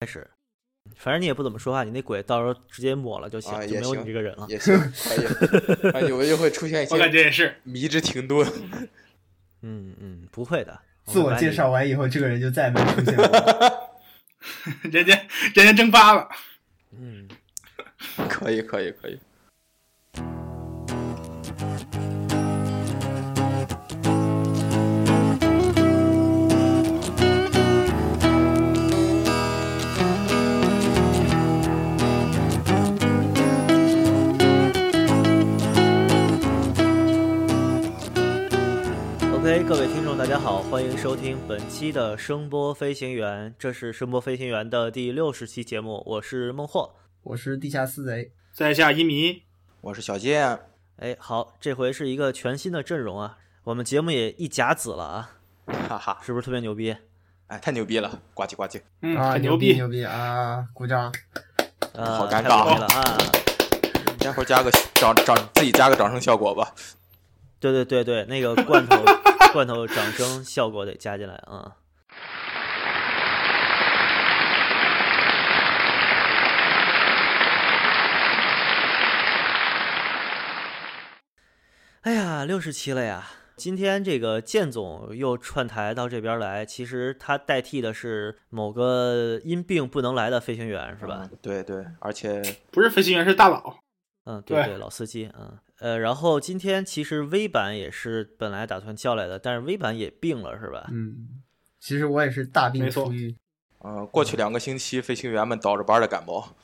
开始，反正你也不怎么说话，你那鬼到时候直接抹了就行，啊就也没有行你这个人了。也行，哎呀，哎有的就会出现一我感些觉也是，迷之停顿。嗯嗯，不会的。自我们把介你绍完以后，这个人就再也没有出现过。 人家人家蒸发了。嗯，可以，可以，可以。 OK，各位听众，大家好，欢迎收听本期的声波飞行员，这是声波飞行员的第六十期节目，我是孟获。我是地下私贼，在下一迷，我是小健，哎，好，这回是一个全新的阵容啊，我们节目也一甲子了啊，哈哈，是不是特别牛逼？哎，太牛逼了，呱唧呱唧。嗯，啊，很牛逼，牛逼啊！鼓掌！啊，好尴太尬牛逼了啊！待会儿加个掌掌，自己加个掌声效果吧。对对对对，那个罐头罐头掌声效果得加进来啊。哎呀，六十期了呀！今天这个建总又串台到这边来，其实他代替的是某个因病不能来的飞行员，是吧？嗯？对对，而且不是飞行员，是大佬。嗯，对对对，老司机，嗯，呃，然后今天其实 V 版也是本来打算叫来的，但是 V 版也病了，是吧？嗯，其实我也是大病没错初愈。嗯，过去两个星期，飞行员们倒着班的感冒。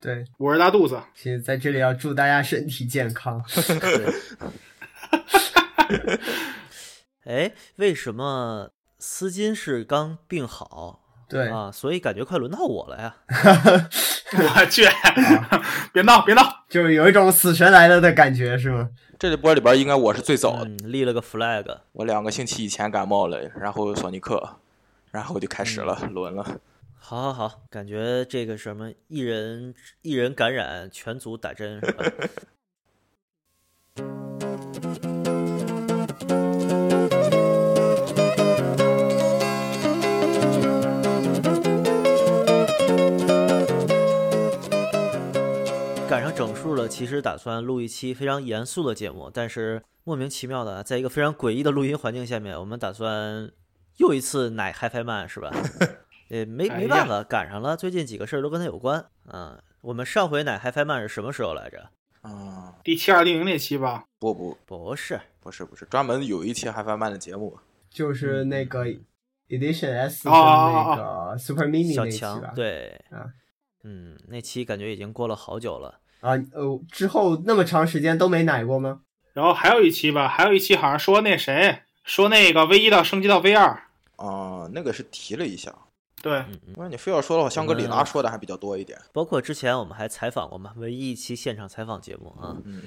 对，我是大肚 子，所以在这里要祝大家身体健 康。哎，为什么丝巾是刚病好对，啊？所以感觉快轮到我了呀？我去，啊 别闹别闹，就是有一种死神来了的感觉，是吗？这一波里边，应该我是最早的。嗯，立了个 flag。我两个星期以前感冒了，然后索尼克，然后就开始了，轮了。好好好，感觉这个什么一人一人感染，全组打针是吧？赶上整数了，其实打算录一期非常严肃的节目，但是莫名其妙的，啊在一个非常诡异的录音环境下面，我们打算又一次奶 HiFi Man 是吧？也没哎没呀办法，赶上了，最近几个事儿都跟他有关。嗯，我们上回奶 HiFi Man 是什么时候来着？嗯，第七二零零那期吧，不不不是，不是不是，专门有一期还翻漫的节目。就是嗯那个 Edition S 哦跟哦那个 Super Mini 小那期吧强。对啊，嗯，那期感觉已经过了好久了。啊，呃，之后那么长时间都没奶过吗？然后还有一期吧，还有一期好像说那谁说那个 V 一到升级到 V 二，嗯，那个是提了一下。对，嗯嗯，不然你非要说的话，香格里我拉们说的还比较多一点。包括之前我们还采访过嘛，唯一一期现场采访节目啊。嗯，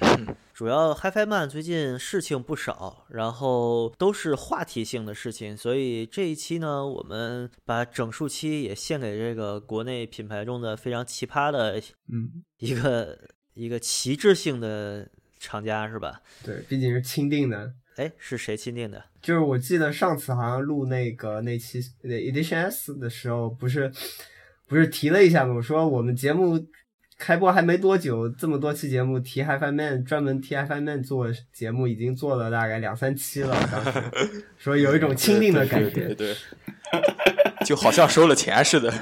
主要 HiFi Man 最近事情不少，然后都是话题性的事情，所以这一期呢，我们把整数期也献给这个国内品牌中的非常奇葩的嗯，一个一个旗帜性的厂家是吧？对，毕竟是钦定的。哎，是谁钦定的？就是我记得上次好像录那个那期那 Edition S 的时候，不是不是提了一下吗？我说我们节目开播还没多久，这么多期节目提 HiFi Man 专门提 HiFi Man 做节目已经做了大概两三期了，当时说有一种钦定的感对对觉。对，就好像收了钱似的。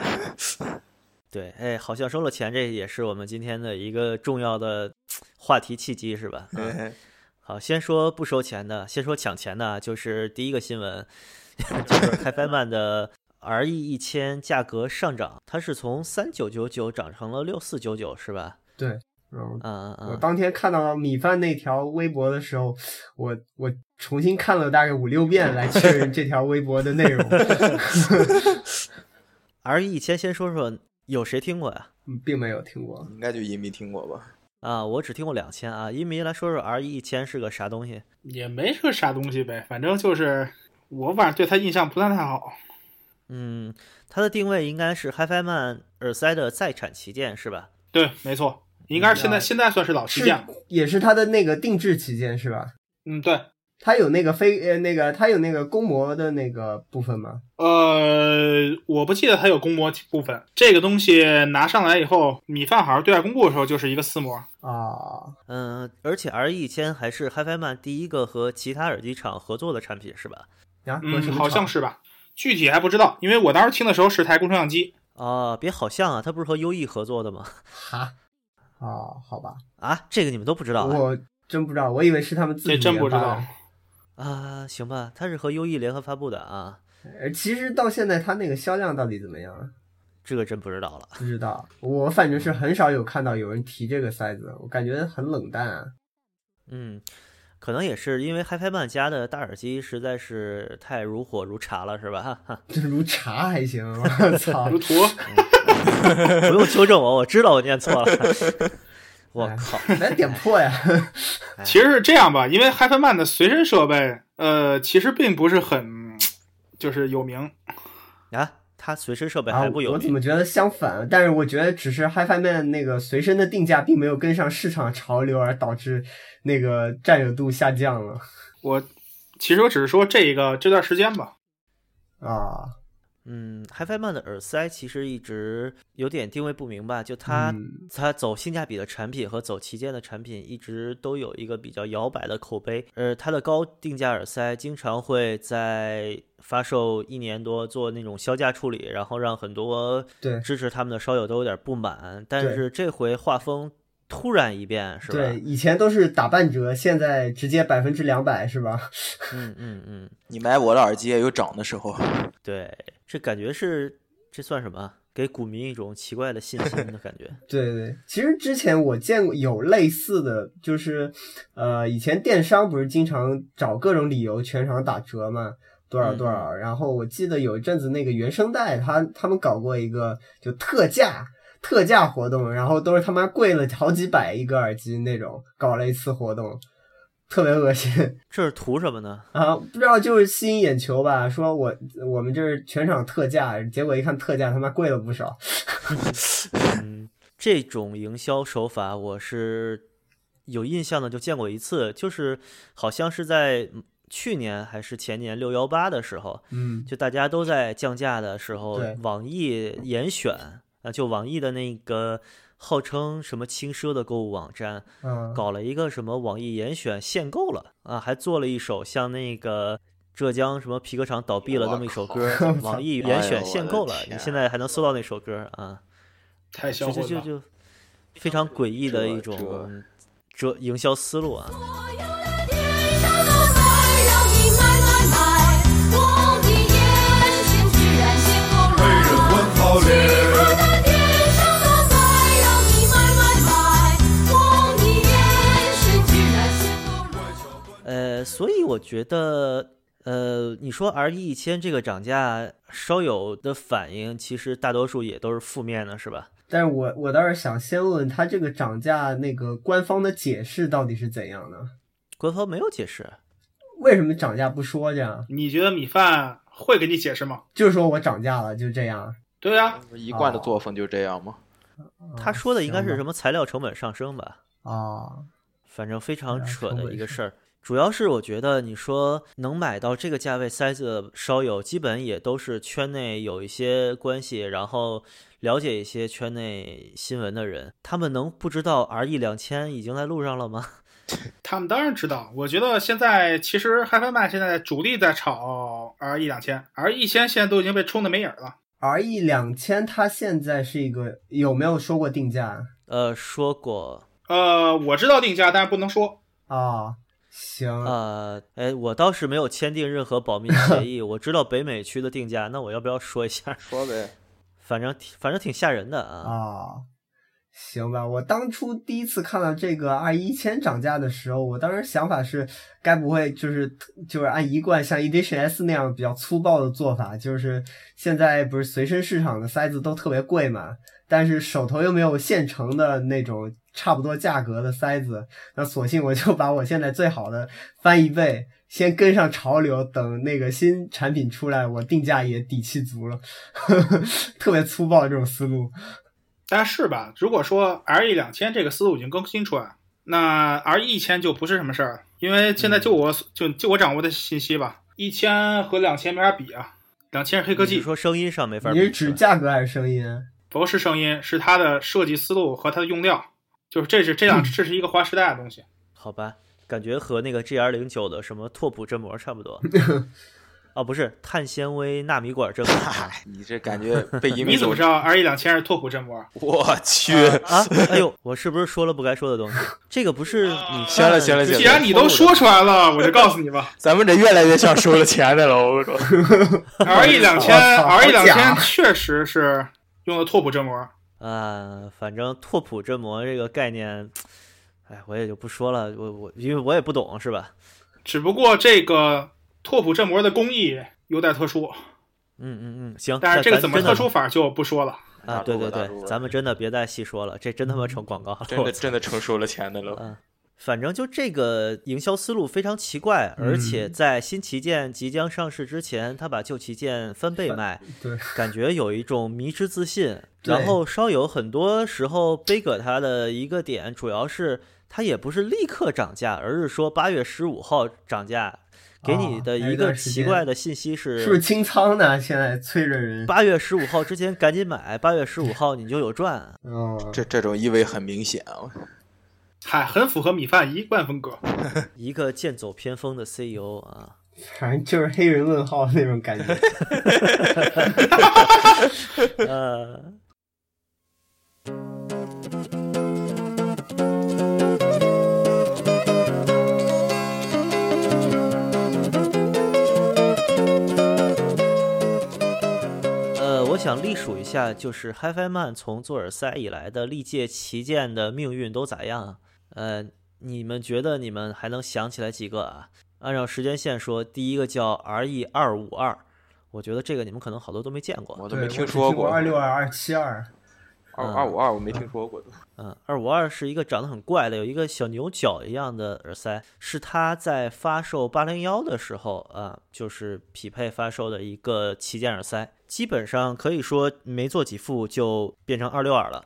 对，哎，好像收了钱，这也是我们今天的一个重要的话题契机是吧？嗯哎好，先说不收钱的，先说抢钱的啊，就是第一个新闻， 就是开帆曼的 RE 一千价格上涨，它是从三九九九涨成了六四九九，是吧？嗯，嗯嗯我嗯，当天看到米饭那条微博的时候，我我重新看了大概五六遍来确认这条微博的内 容。 r e 一千先说说，有谁听过呀？嗯并没有听过， 应该就一没听过吧？啊，我只听过两千啊，一迷来说说 RE 一千是个啥东西？也没是个啥东西呗，反正就是我反正对他印象不算太好，嗯，它的定位应该是 HiFi Man 耳塞的再产旗舰是吧？对，没错，应该是现在现在算是老旗是舰了，也是他的那个定制旗舰是吧？嗯，对，它有那个飞呃那个它有那个公模的那个部分吗？呃，我我不记得它有公模部分。这个东西拿上来以后，米饭好像对外公布的时候就是一个四模。啊，嗯，而且 R E 千还是 HiFi Man 第一个和其他耳机厂合作的产品是吧？然后嗯，好像是吧，具体还不知道，因为我当时听的时候是台工程样机。哦，别好像啊，它不是和 U E 合作的吗？哈，哦，好吧，啊，这个你们都不知道啊？我真不知道，我以为是他们自己这真不知研发道的。啊，行吧，它是和 U E 联合发布的啊，呃，其实到现在它那个销量到底怎么样，啊这个真不知道了。不知道。我反正是很少有看到有人提这个塞子，我感觉很冷淡啊。嗯，可能也是因为 HiFi Man 家的大耳机实在是太如火如茶了，是吧？哈哈，这如茶还行，我 操如！图，不用纠正我，我知道我念错了。 我哎靠，咱点破呀！其实是这样吧，因为 HiFiMan 的随身设备，呃，其实并不是很，就是有名。啊，它随身设备啊还，不有我怎名么觉得相反？但是我觉得只是 HiFi Man 那个随身的定价并没有跟上市场潮流，而导致那个占有度下降了我其实我只是说这个这段时间吧，啊。嗯，HiFi Man 的耳塞其实一直有点定位不明吧，就它、嗯它走性价比的产品和走旗舰的产品一直都有一个比较摇摆的口碑。呃，它的高定价耳塞经常会在发售一年多做那种销价处理，然后让很多对支持他们的烧友都有点不满。但对是这回画风突然一变，是吧？对，以前都是打半折，现在直接百分之两百是吧？嗯嗯嗯，你买我的耳机也有涨的时候，对，这感觉是这算什么啊？给股民一种奇怪的信心的感觉。对对，其实之前我见过有类似的，就是呃，以前电商不是经常找各种理由全场打折嘛，多少多少。然后我记得有一阵子那个原声带，他他们搞过一个就特价特价活动，然后都是他妈贵了好几百一个耳机那种，搞了一次活动，特别恶心。这是图什么呢？啊，不知道就是吸引眼球吧。说我我们这是全场特价，结果一看特价他妈贵了不少。嗯，这种营销手法我是有印象的，就见过一次，就是好像是在嗯去年还是前年六幺八的时候，嗯，就大家都在降价的时候对，网易严选啊，呃就网易的那个号称什么轻奢的购物网站，嗯，搞了一个什么网易严选限购了啊，还做了一首像那个浙江什么皮革厂倒闭了我那么一首靠歌， 网易严选限购了，哎呦我的你天现在还能搜到那首歌啊，太销就就魂就了。就非常诡异的一种这嗯这营销思路啊，所有的电商都在让你买买买，我的眼睛居然陷落被人问了。好其脸。他的电商都在让你买买买，我的眼神居然陷落了。呃，所以我觉得。呃，你说 R E 一千这个涨价，稍有的反应其实大多数也都是负面的，是吧？但是我我倒是想先问问他这个涨价那个官方的解释到底是怎样呢？官方没有解释，为什么涨价不说这样？你觉得米饭会给你解释吗？就说我涨价了，就这样。对啊，不是一贯的作风就这样吗？嗯他说的应该是什么么材料成本上升吧？啊？反正非常哎呀扯成的本一个是事儿。主要是我觉得你说能买到这个价位塞子的烧友，基本也都是圈内有一些关系，然后了解一些圈内新闻的人，他们能不知道 R E 两千已经在路上了吗？ 他们当然知道。我觉得现在其实 HiFiMan 现在主力在炒 R 一两千，R 一千现在都已经被冲的没影儿了。 R E 两千，它现在是一个有没有说过定价呃，说过，呃，我知道定价，但是不能说。啊？行，呃，哎，我倒是没有签订任何保密协议，我知道北美区的定价，那我要不要说一下？说呗， 反正挺反正挺吓人的啊。啊，行吧，我当初第一次看到这个二一千涨价的时候，我当时想法是，该不会就是就是按一贯像 Edition S 那样比较粗暴的做法，就是现在不是随身市场的塞子都特别贵嘛，但是手头又没有现成的那种差不多价格的塞子，那索性我就把我现在最好的翻一倍。先跟上潮流，等那个新产品出来，我定价也底气足了， 特别粗暴这种思路。但是吧，如果说 R E 两千这个思路已经更新出来了，那 R E 一千就不是什么事儿了，嗯因为现在就我、就就我掌握的信息吧，一千和两千没法比啊。两千黑科你是技说声音上没法比你是是指吧价格还是声音？啊不是声音，是它的设计思路和它的用料，就是这是嗯这样，这是一个划时代的东西。好吧，感觉和那个 GR 零九的什么拓扑振膜差不多。哦，不是碳纤维纳米管振膜啊嗨，哎你这感觉被移民你怎么知走？道 R E 两千是拓扑振膜？我去！啊！哎呦，我是不是说了不该说的东西？这个不是你行了看行了之行既前了然你都透露说出来了， 我就告诉你 吧咱们这越来越像收了钱的了，我说。 ，R E 两操千，R E 好两假千确实是用的拓扑振膜。的啊，反正拓扑振膜这个概念，哎，我也就不说了，我我因为我也不懂是吧？只不过这个拓扑振膜的工艺有点特殊，嗯嗯嗯，行，但是那这个咱怎么真特的殊法就不说了。啊？对对大对陆，嗯了咱们真的别再细说了，这真他妈成广告了。真我的操真的成收了钱的嗯了。嗯反正就这个营销思路非常奇怪，而嗯且在新旗舰即将上市之前，他把旧旗舰翻倍卖，对，感觉有一种迷之自信。 对然后烧友很多时候背葛它的一个点，主要是它也不是立刻涨价，而是说八月十五号涨价，给哦你的一个奇怪的信息是不是是清仓呢？现在催着人，八月十五号之前赶紧买，八月十五号你就有赚。嗯，这这种意味很明显啊！嗨，很符合米饭一贯风格。一个剑走偏锋的 CEO 啊。反正就是黑人问号那种感觉。 呃，呃，我想历数一下，就是 HiFi Man 从做耳塞以来的历届旗舰的命运都咋样啊？呃，你们觉得你们还能想起来几个啊？按照时间线说，第一个叫 RE 二五二，我觉得这个你们可能好多都没见过。我都对，没我听只说听过嗯过二六二二七二，二二五二，我没听说过都。嗯，二五二是一个长得很怪的，有一个小牛角一样的耳塞，是它在发售八零幺的时候啊，就是匹配发售的一个旗舰耳塞，基本上可以说没做几副就变成二六耳了。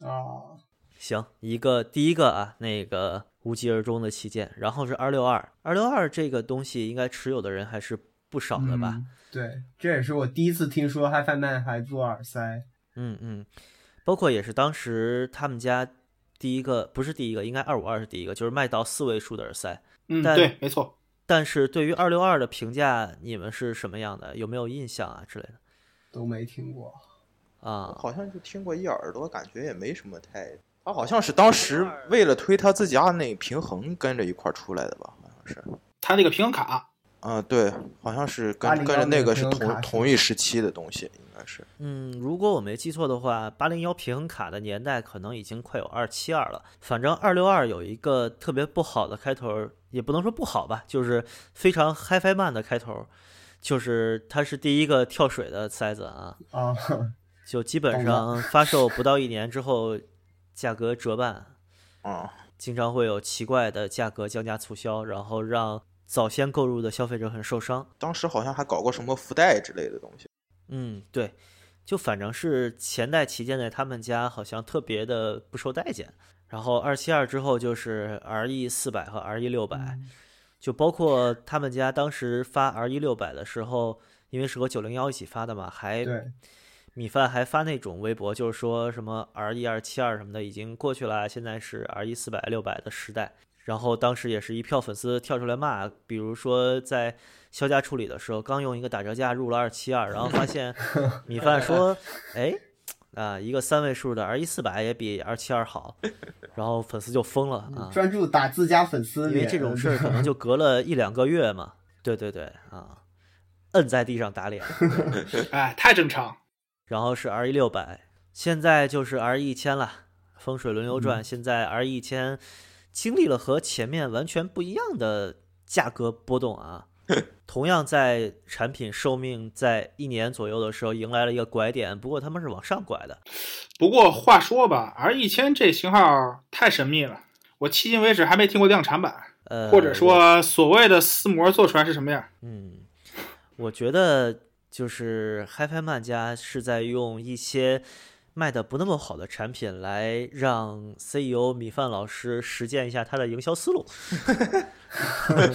啊，行，一个第一个啊，那个无疾而终的旗舰，然后是二六二，二六二这个东西应该持有的人还是不少的吧？嗯对，这也是我第一次听说 HiFi Man 还做耳塞。嗯嗯，包括也是当时他们家第一个，不是第一个，应该二五二是第一个，就是卖到四位数的耳塞。嗯，但对，没错。但是对于二六二的评价，你们是什么样的？有没有印象啊之类的？都没听过，啊，好像就听过一耳朵，感觉也没什么太。他好像是当时为了推他自家那平衡跟着一块儿出来的吧，好像是。它那个平衡卡，啊，对，好像是跟801跟着那个是那个平衡同卡是同一时期的东西，应该是。嗯，如果我没记错的话，八零幺平衡卡的年代可能已经快有二七二了。反正二六二有一个特别不好的开头，也不能说不好吧，就是非常 HiFi 慢的开头，就是它是第一个跳水的塞子啊，啊，就基本懂上了 发售不到一年之后，价格折半。啊、经常会有奇怪的价格降价促销，然后让早先购入的消费者很受伤。当时好像还搞过什么福袋之类的东西。嗯，对，就反正是前代旗舰在他们家好像特别的不受待见。然后二七二之后就是 R E 四百和 R E 六百，就包括他们家当时发 R E 六百的时候，因为是和九零幺一起发的嘛，还 对，米饭还发那种微博，就是说什么 R 一二七二什么的已经过去了，啊现在是 R 一四百六百的时代。然后当时也是一票粉丝跳出来骂，比如说在销价处理的时候，刚用一个打折价入了二七二，然后发现米饭说，哎，啊，一个三位数的 R 一四百也比二七二好， 然后粉丝就疯了啊，专注打自家粉丝因脸，为这种事 儿可能就隔了一两个月嘛。对对对，啊，摁在地上打脸。哎，太正常。然后是 R E 六百，现在就是 R E 一千了。风水轮流嗯转，现在 R E 一千经历了和前面完全不一样的价格波动啊。同样在产品寿命在一年左右的时候迎来了一个拐点，不过他们是往上拐的。不过话说吧，R 一千这型号太神秘了，我迄今为止还没听过量产版，呃，或者说所谓的丝膜做出来是什么样。嗯，我觉得就是 HiFi 漫家是在用一些卖的不那么好的产品来让 CEO 米饭老师实践一下他的营销思路，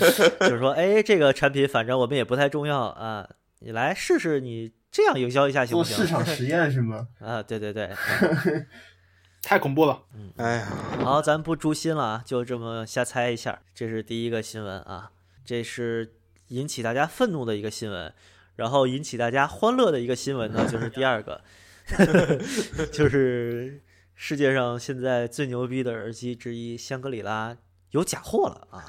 就是说，哎，这个产品反正我们也不太重要啊。你来试试，你这样营销一下行做不行？市场实验是吗？啊，对对对，太恐怖了。哎呀，好，咱不诛心了啊，就这么瞎猜一下。这是第一个新闻啊，这是引起大家愤怒的一个新闻，然后引起大家欢乐的一个新闻呢，就是第二个， 就是世界上现在最牛逼的耳机之一香格里拉有假货了啊。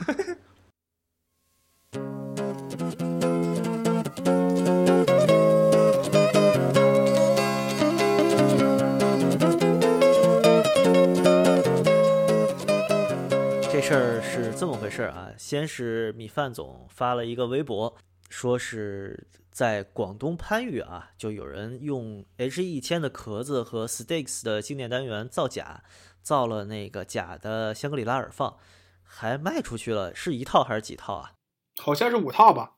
这事儿是这么回事儿啊，先是米饭总发了一个微博，说是在广东番禺啊，就有人用 H E 千的壳子和 Stakes 的静电单元造假，造了那个假的香格里拉耳放，还卖出去了，是一套还是几套啊？好像是五套吧，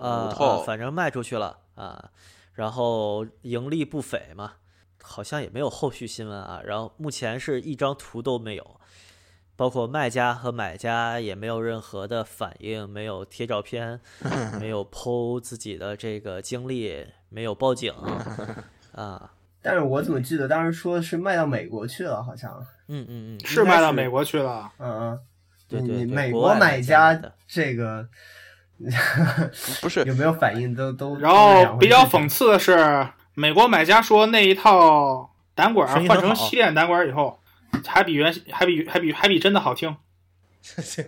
啊、五套啊反正卖出去了啊，然后盈利不菲嘛，好像也没有后续新闻啊。然后目前是一张图都没有，包括卖家和买家也没有任何的反应，没有贴照片，没 有剖自己的这个经历，没有报 警啊。但是我怎么记得当时说是卖到美国去了，好像，嗯嗯嗯，是卖到美国去了。嗯嗯，对你对对你美国国外买买家家的这个不 是有没有反应都都，然后比较讽刺的是，美国买家说那一套单管声音换很好成气垫单管以后，还比原还比还比还比真的好听。这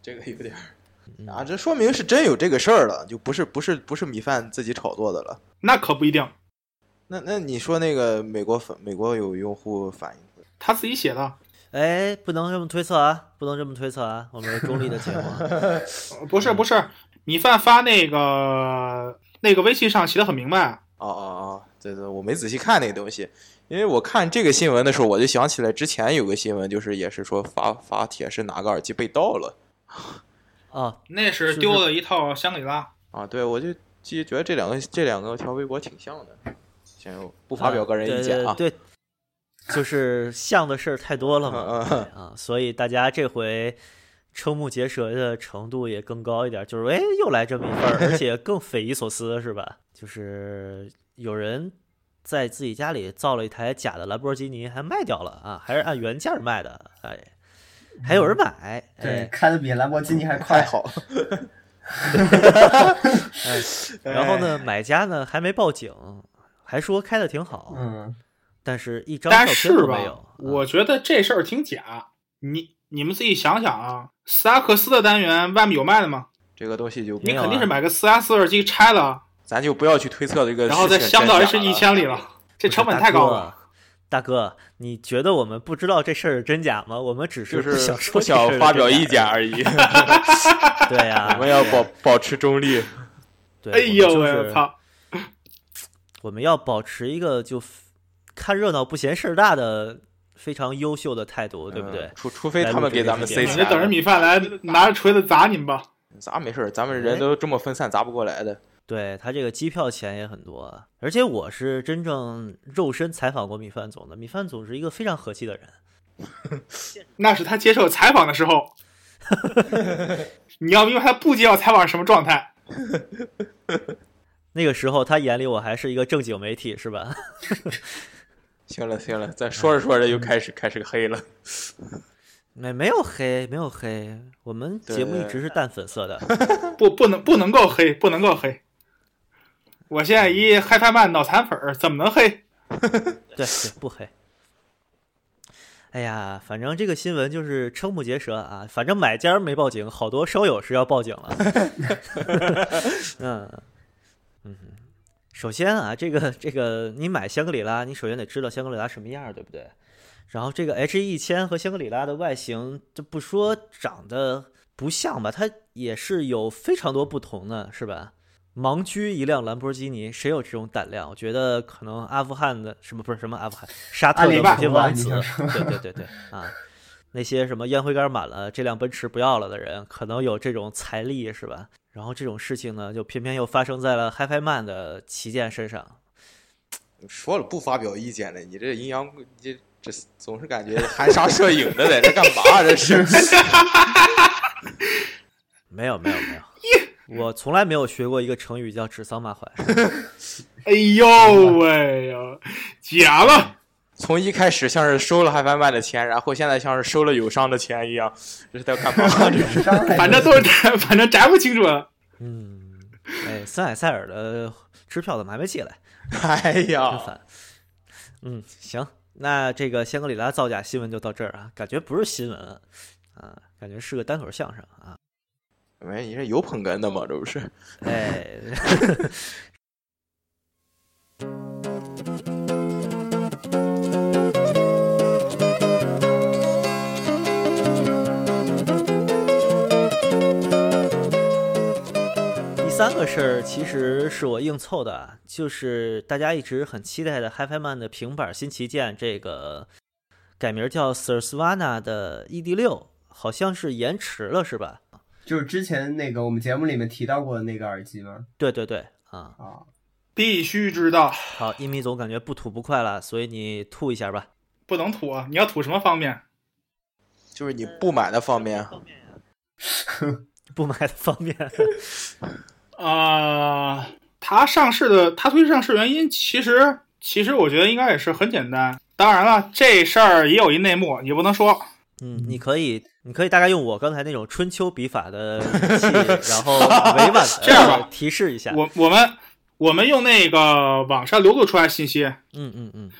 这个有点儿嗯啊，这说明是真有这个事儿了，就不是不是不是米饭自己炒作的了。那可不一定，那那你说那个美国粉，美国有用户反映出来，他自己写的，哎，不能这么推测啊，不能这么推测啊，我们是中立的节目啊。 呃不是嗯不是，米饭发那个那个微信上写的很明白，哦哦哦，对对，我没仔细看那个东西，因为我看这个新闻的时候，我就想起来之前有个新闻，就是也是说发发帖是哪个耳机被盗了哦，那是是丢了一套香格里拉。啊，对我就记觉得这两个这两个条微博挺像的，先我不发表个人意见啊，呃对对对，就是像的事儿太多了嘛嗯嗯对啊，所以大家这回瞠目结舌的程度也更高一点儿，就是哎又来这么一份儿，而 且更匪夷所思是吧？就是有人在自己家里造了一台假的兰博基尼，还卖掉了啊，还是按原价儿卖的，哎，还嗯有人买，对哎，开的比兰博基尼还太快，好了，然后哎呢，买家呢还没报警，还说开的挺好，嗯，但是一张照但片是都没有吧啊，，我觉得这事儿挺假。你你们自己想想啊，斯达克斯的单元外面有卖的吗？这个东西就没你有啊肯定是买个四 S 耳机拆了，咱就不要去推测这个，然后再镶到 H 一千里。了，这成本太高了。。大哥，你觉得我们不知道这事儿真假吗？我们只就不想是说不这事儿想是发表真假意见。而已， 对呀、 我们要保保持中立。对哎呦我我们就是！操！我们要保持一个就 f- 看热闹不嫌事儿大的非常优秀的态度，对不对嗯？除除非他们给咱们塞来你钱录就等着米饭来拿着锤子砸你们吧。咱没事儿，咱们哎人都这么分散，砸不过来的。对他这个机票钱也很多，啊而且我是真正肉身采访过米饭总的，米饭总是一个非常和气的人。那是他接受采访的时候，你要明白他不接受采访是什么状态。那个时候他眼里我还是一个正经媒体，是吧？ 行了行了，咱说着说着又开始开始黑了。没没有黑，没有黑，我们节目一直是淡粉色的。不，不能不能够黑，不能够黑。我现在一嗨翻曼脑残粉儿，怎么能黑？对对，不黑。哎呀，反正这个新闻就是瞠目结舌啊！反正买家没报警，好多烧友是要报警了。 嗯嗯，首先啊，这个这个，你买香格里拉，你首先得知道香格里拉什么样儿，对不对？然后这个 H E 千和香格里拉的外形，就不说长得不像吧，它也是有非常多不同的，是吧？盲狙一辆兰博基尼，谁有这种胆量？我觉得可能阿富汗的什么不是什么阿富汗，沙特阿里的巴某些巴王你子，想对对对对啊，那些什么烟灰缸满了，这辆奔驰不要了的人，可能有这种财力是吧？然后这种事情呢，就偏偏又发生在了 HiFi Man 的旗舰身上。 说了不发表意见了，你这阴阳你这这总是 感觉含沙射影的，啊在这干嘛？这是没有没有没有，我从来没有学过一个成语叫指桑骂槐。哎呦喂呀，假了！ 从一开始像是收了 HiFiMan 的钱，然后现在像是收了友商的钱一样，这是在干 嘛？啊这是伤害反正都是 宅，反正宅不清楚了。嗯，哎，森海塞尔的支票怎么还没寄来？哎真呀，烦。嗯，行，那这个香格里拉造假新闻就到这儿啊，感觉不是新闻啊啊，感觉是个单口相声啊。没，你是有捧哏的吗？这不是？ 哎，第三个事儿其实是我硬凑的啊，就是大家一直很期待的 HiFi Man 的平板新旗舰，这个改名叫 Sirvana 的 ED 六，好像是延迟了是吧？就是之前那个我们节目里面提到过的那个耳机吗？对对对，啊，啊，必须知道，好，一米总感觉不吐不快了，所以你吐一下吧。不能吐啊！你要吐什么方面？就是你不买的方面，啊不买的方面， 啊，它上市的，它推上市原因，其实其实我觉得应该也是很简单。当然了，这事儿也有一内幕，也不能说。嗯，你可以，你可以大概用我刚才那种春秋笔法的语气，然 后委婉这样吧的提示一下。我我们我们用那个网上流露出来信息，嗯嗯嗯，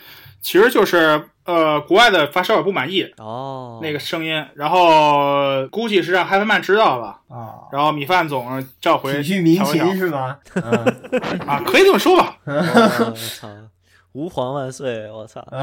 其实就是呃，国外的发烧友不满意哦，那 个声音，然后估计是让嗨文曼知道了，啊，然后米饭总召回体恤民调一调情 是吗？嗯，啊，可以这么说吧。哦，我操，吾皇万岁，我 操！啊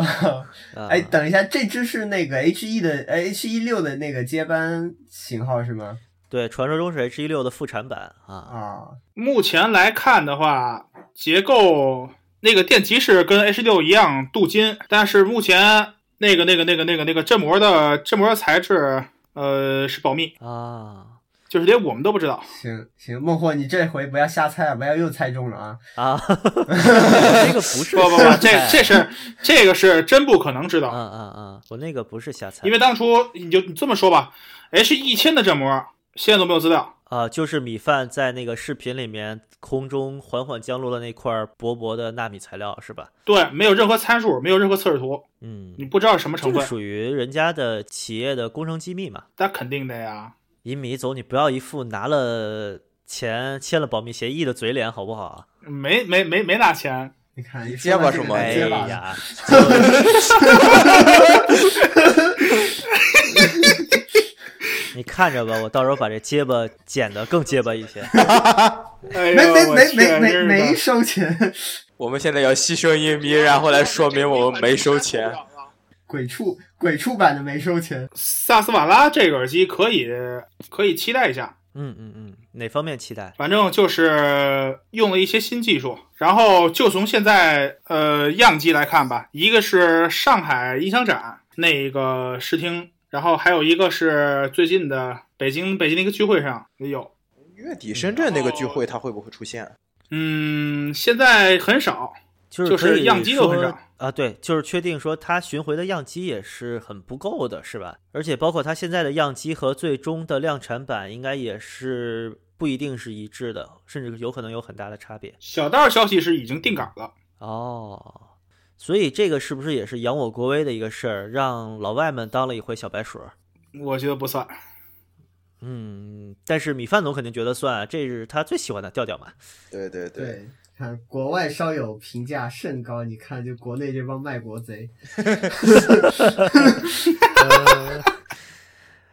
啊哎，等一下，这只是那个 H E 的 H E 六的那个接班型号是吗？对，传说中是 H 一六的副产版啊，啊，目前来看的话，结构那个电极是跟 H 六一样镀金，但是目前那个那个那个那个那个振膜的振膜材质，呃，是保密，啊就是连我们都不知道。行行，孟获，你这回不要瞎猜啊，不要又猜中了啊！啊， 那个不是不不不，瞎 这猜这是这个是真不可能知啊道，啊啊，我那个不是瞎猜，因为当初你就你这么说吧，H 一千的振膜现在都没有资料，啊，就是米饭在那个视频里面空中缓缓降落的那块薄薄的纳米材料是吧？对，没有任何参数，没有任何测试图，嗯，你不知道是什么这成个分，属于人家的企业的工程机密嘛。那肯定的呀。银米总，你不要一副拿了钱签了保密协议的嘴脸，好不好啊？没没没没拿钱，你看，一结巴说到这是哎吗个结巴了，呀，你看着吧，我到时候把这结巴剪得更结巴一些。哎没呦没我没去没真没是没的收钱，我们现在要牺牲一米，然后来说明我们没收钱。。鬼畜鬼畜版的没收钱，萨斯瓦拉这个耳机可以可以期待一下，嗯嗯嗯，哪方面期待？反正就是用了一些新技术。然后就从现在呃样机来看吧，一个是上海音响展那个试听，然后还有一个是最近的北京北京的一个聚会上也有。月底深圳那个聚会，它会不会出现？嗯，现在很少，就是就可是以样机都很说少啊，对，就是确定说它巡回的样机也是很不够的，是吧？而且包括它现在的样机和最终的量产版，应该也是不一定是一致的，甚至有可能有很大的差别。小道消息是已经定稿了。哦，所以这个是不是也是扬我国威的一个事儿，让老外们当了一回小白鼠儿？我觉得不算，嗯，但是米饭总肯定觉得算啊，这是他最喜欢的调调嘛。对对，对。看国外烧友评价甚高，你看就国内这帮卖国贼，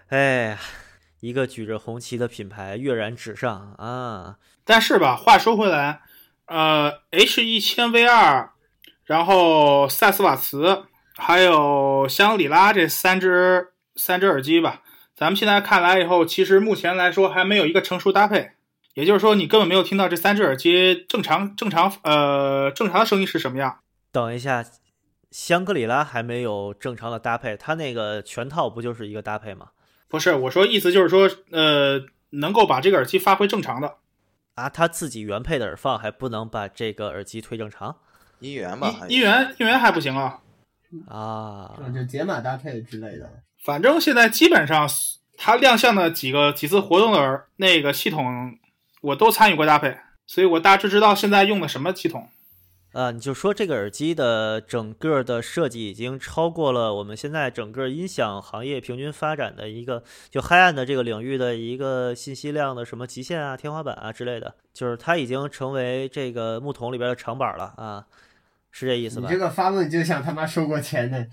哎呀，一个举着红旗的品牌跃然纸上啊！但是吧，话说回来，呃，H 一千 V 二，然后塞斯瓦茨，还有香格里拉这三只三只耳机吧，咱们现在看来以后，其实目前来说还没有一个成熟搭配，也就是说，你根本没有听到这三只耳机正常正常呃正常的声音是什么样。等一下，香格里拉还没有正常的搭配，它那个全套不就是一个搭配吗？不是，我说意思就是说，呃，能够把这个耳机发挥正常的啊，他自己原配的耳放还不能把这个耳机推正常姻缘吧，还音音源音源还不行啊，啊？就解码搭配之类的。反正现在基本上它亮相的几个几次活动的那个系统我都参与过搭配，所以我大致知道现在用的什么系统。啊，你就说这个耳机的整个的设计已经超过了我们现在整个音响行业平均发展的一个就黑暗的这个领域的一个信息量的什么极限啊、天花板啊之类的，就是它已经成为这个木桶里边的长板了啊，是这意思你吧这？个发问就像他妈收过钱的，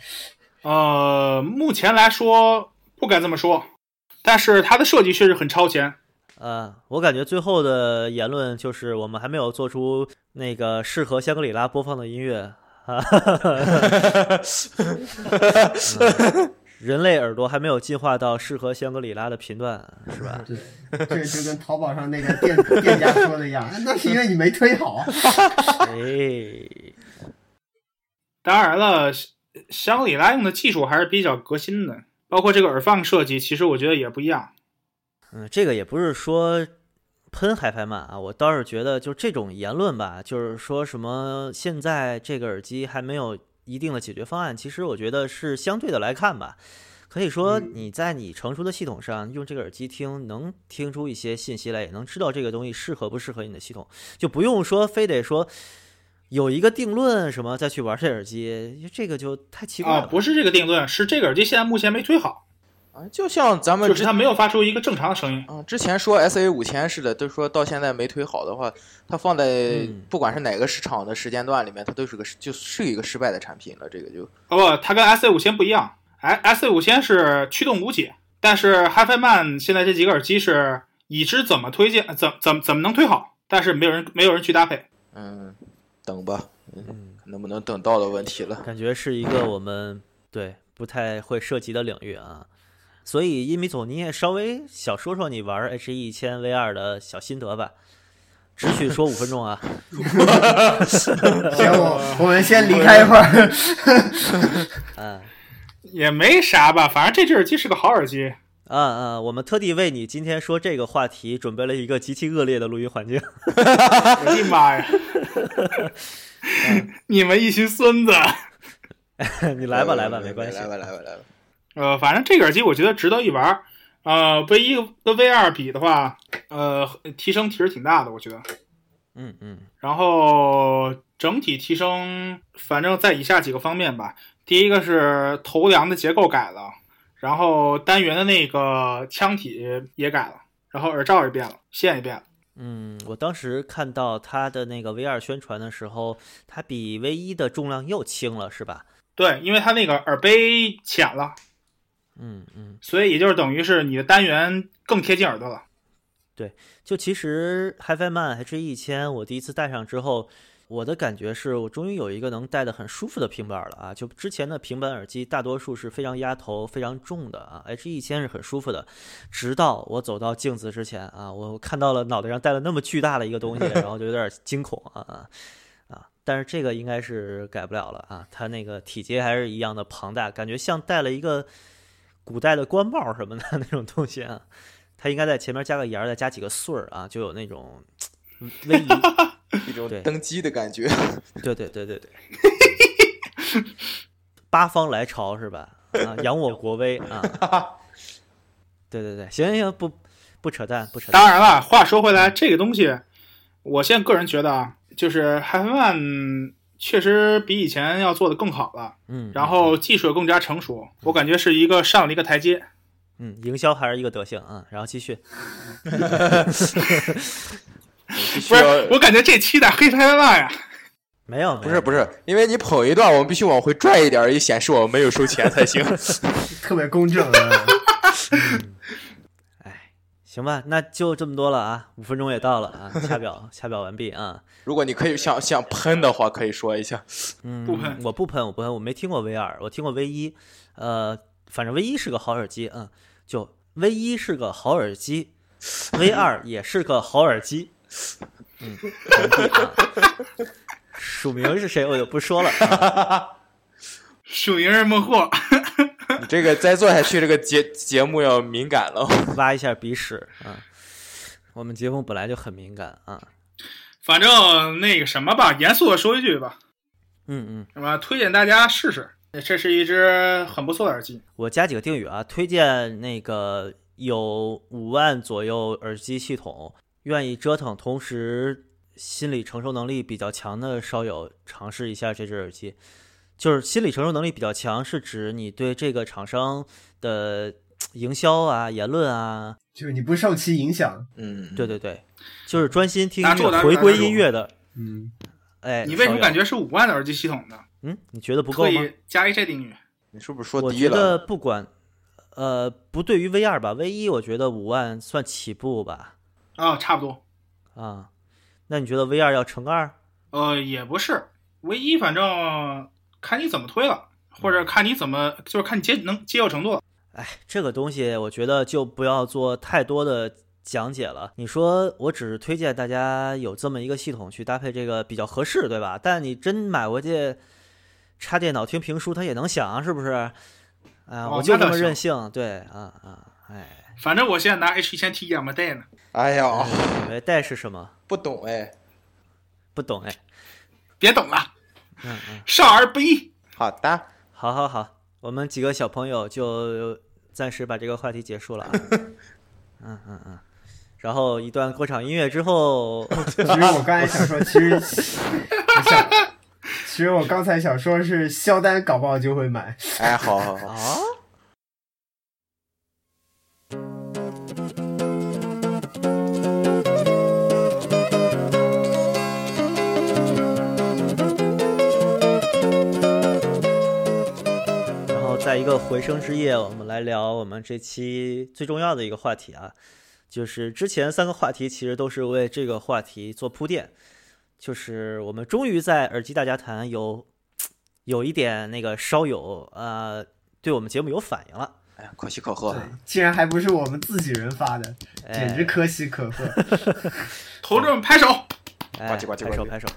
呃，目前来说不敢这么说，但是它的设计确实很超前。啊，我感觉最后的言论就是我们还没有做出那个适合香格里拉播放的音乐 啊，嗯人类耳朵还没有进化到适合香格里拉的频段，是吧？对， 这个就跟淘宝上那个店店家说的一 样，那是因为你没推好。哎，当然了，香香格里拉用的技术还是比较革新的，包括这个耳放设计，其实我觉得也不一样。嗯，这个也不是说喷海飞曼啊，我倒是觉得就这种言论吧，就是说什么现在这个耳机还没有一定的解决方案，其实我觉得是相对的来看吧。可以说嗯你在你成熟的系统上用这个耳机听，能听出一些信息来，也能知道这个东西适合不适合你的系统，就不用说非得说有一个定论什么再去玩这耳机，这个就太奇怪啊、了。不是这个定论，是这个耳机现在目前没推好，啊，就像咱们就之是它没有发出一个正常的声音。啊，之前说 S A 五千似的，都说到现在没推好的话，它放在嗯不管是哪个市场的时间段里面，它都是个失就是一个失败的产品了。这个就哦不，它跟 S A 五千不一样，S S A 五千是驱动无解，但是 HiFi Man 现在这几个耳机是已知怎么推荐，怎怎怎么能推好，但是没有人没有人去搭配。嗯，等吧，嗯。能不能等到的问题了。感觉是一个我们对不太会涉及的领域啊。所以，一米总，你也稍微小说说你玩 H E 一千 V 二的小心得吧，只许说五分钟啊。行， 我我们先离开一会儿。 嗯也没啥吧，反正这只耳机是个好耳机。啊啊！我们特地为你今天说这个话题准备了一个极其恶劣的录音环境。 我的妈呀！你们一群孙子。你来吧，来吧，没关系嗯哎来。吧，来吧，来吧。呃，反正这个耳机我觉得值得一玩儿。呃，唯一跟 V 二比的话，呃，提升其实挺大的，我觉得。嗯嗯然后整体提升，反正在以下几个方面吧。第一个是头梁的结构改了，然后单元的那个腔体也改了，然后耳罩也变了，线也变了。嗯，我当时看到它的那个 V 二宣传的时候，它比 V 一的重量又轻了，是吧？对，因为它那个耳杯浅了，嗯嗯。所以也就是等于是你的单元更贴近耳朵了。就其实 HiFi Man H E 一千，我第一次戴上之后，我的感觉是我终于有一个能戴的很舒服的平板了啊！就之前的平板耳机大多数是非常压头、非常重的啊，H 一千是很舒服的。直到我走到镜子之前啊，我看到了脑袋上戴了那么巨大的一个东西，然后就有点惊恐啊啊啊！但是这个应该是改不了了啊，它那个体积还是一样的庞大，感觉像戴了一个古代的官帽什么的那种东西啊。它应该在前面加个沿儿，再加几个穗儿啊，就有那种 位移。一种对登基的感觉。对对对对对，八方来朝是吧？啊，扬我国威啊！对对对，行行行，不不扯淡，不扯淡。当然了，话说回来，这个东西，我现在个人觉得啊，就是 HiFi One 确实比以前要做的更好了，嗯，然后技术也更加成熟，我感觉是一个上了一个台阶。嗯，营销还是一个德性啊。然后继续， 必须不是要，我感觉这期的黑 HiFi One 呀，没有不是不是，因为你捧一段，我们必须往回拽一点儿，以显示我们没有收钱才行。 特别公正啊！行吧，那就这么多了啊，五分钟也到了啊， 掐表掐表完毕啊。如果你可以想想喷的话，可以说一下。嗯，不喷我不喷，我不喷，我没听过 V 二，我听过 V 一，呃，反正 V 一是个好耳机，嗯，就 V 一是个好耳机，V 二也是个好耳机，嗯，完毕啊署名是谁我就不说了啊，属于人莫惑。你这个再做下去，这个节节目要敏感了。挖一下鼻屎啊，我们节目本来就很敏感啊， 反正那个什么吧，严肃的说一句吧，嗯嗯。那么推荐大家试试，这是一只很不错的耳机。我加几个定语啊，推荐那个有五万左右耳机系统，愿意折腾，同时心理承受能力比较强的烧友尝试一下这只耳机。就是心理承受能力比较强，是指你对这个厂商的嘖营销啊、言论啊，就是你不受其影响。嗯，对对对，就是专心听拿音住拿乐，住回归拿住音乐的。嗯，哎，你为什么烧友感觉是五万的耳机系统呢？嗯？你觉得不够可吗？以加一这定语，你是不是说我低觉得了？不管，呃，不对于 V 二吧，V 一我觉得五万算起步吧，啊，差不多。啊，那你觉得 V 二要乘二？呃，也不是，唯一反正看你怎么推了，或者看你怎么，就是看你接能接受程度了。哎，这个东西我觉得就不要做太多的讲解了。你说我只是推荐大家有这么一个系统去搭配这个比较合适，对吧？但你真买回去插电脑听评书，它也能响，是不是？啊、哦我就那这倒么任行性，对啊啊，哎，反正我现在拿 H 一千 T 养 a 带呢，哎哦呀，你们带是什么？不懂哎，不懂哎，别懂了，嗯嗯。少儿不宜。好的，好好好，我们几个小朋友就暂时把这个话题结束了啊。嗯嗯嗯。然后一段过场音乐之后，其实我刚才想说，其 实我想，其实我刚才想说是销单搞不好就会买。哎，好好 好，啊，然后在一个回声之夜，我们来聊我们这期最重要的一个话题啊，就是之前三个话题其实都是为这个话题做铺垫，就是我们终于在耳机大家谈有有一点那个稍有呃对我们节目有反应了，哎，可喜可对贺，，竟然还不是我们自己人发的，哎、简直可喜可贺。同志们拍手，哎，呱唧呱唧拍呱手唧拍手，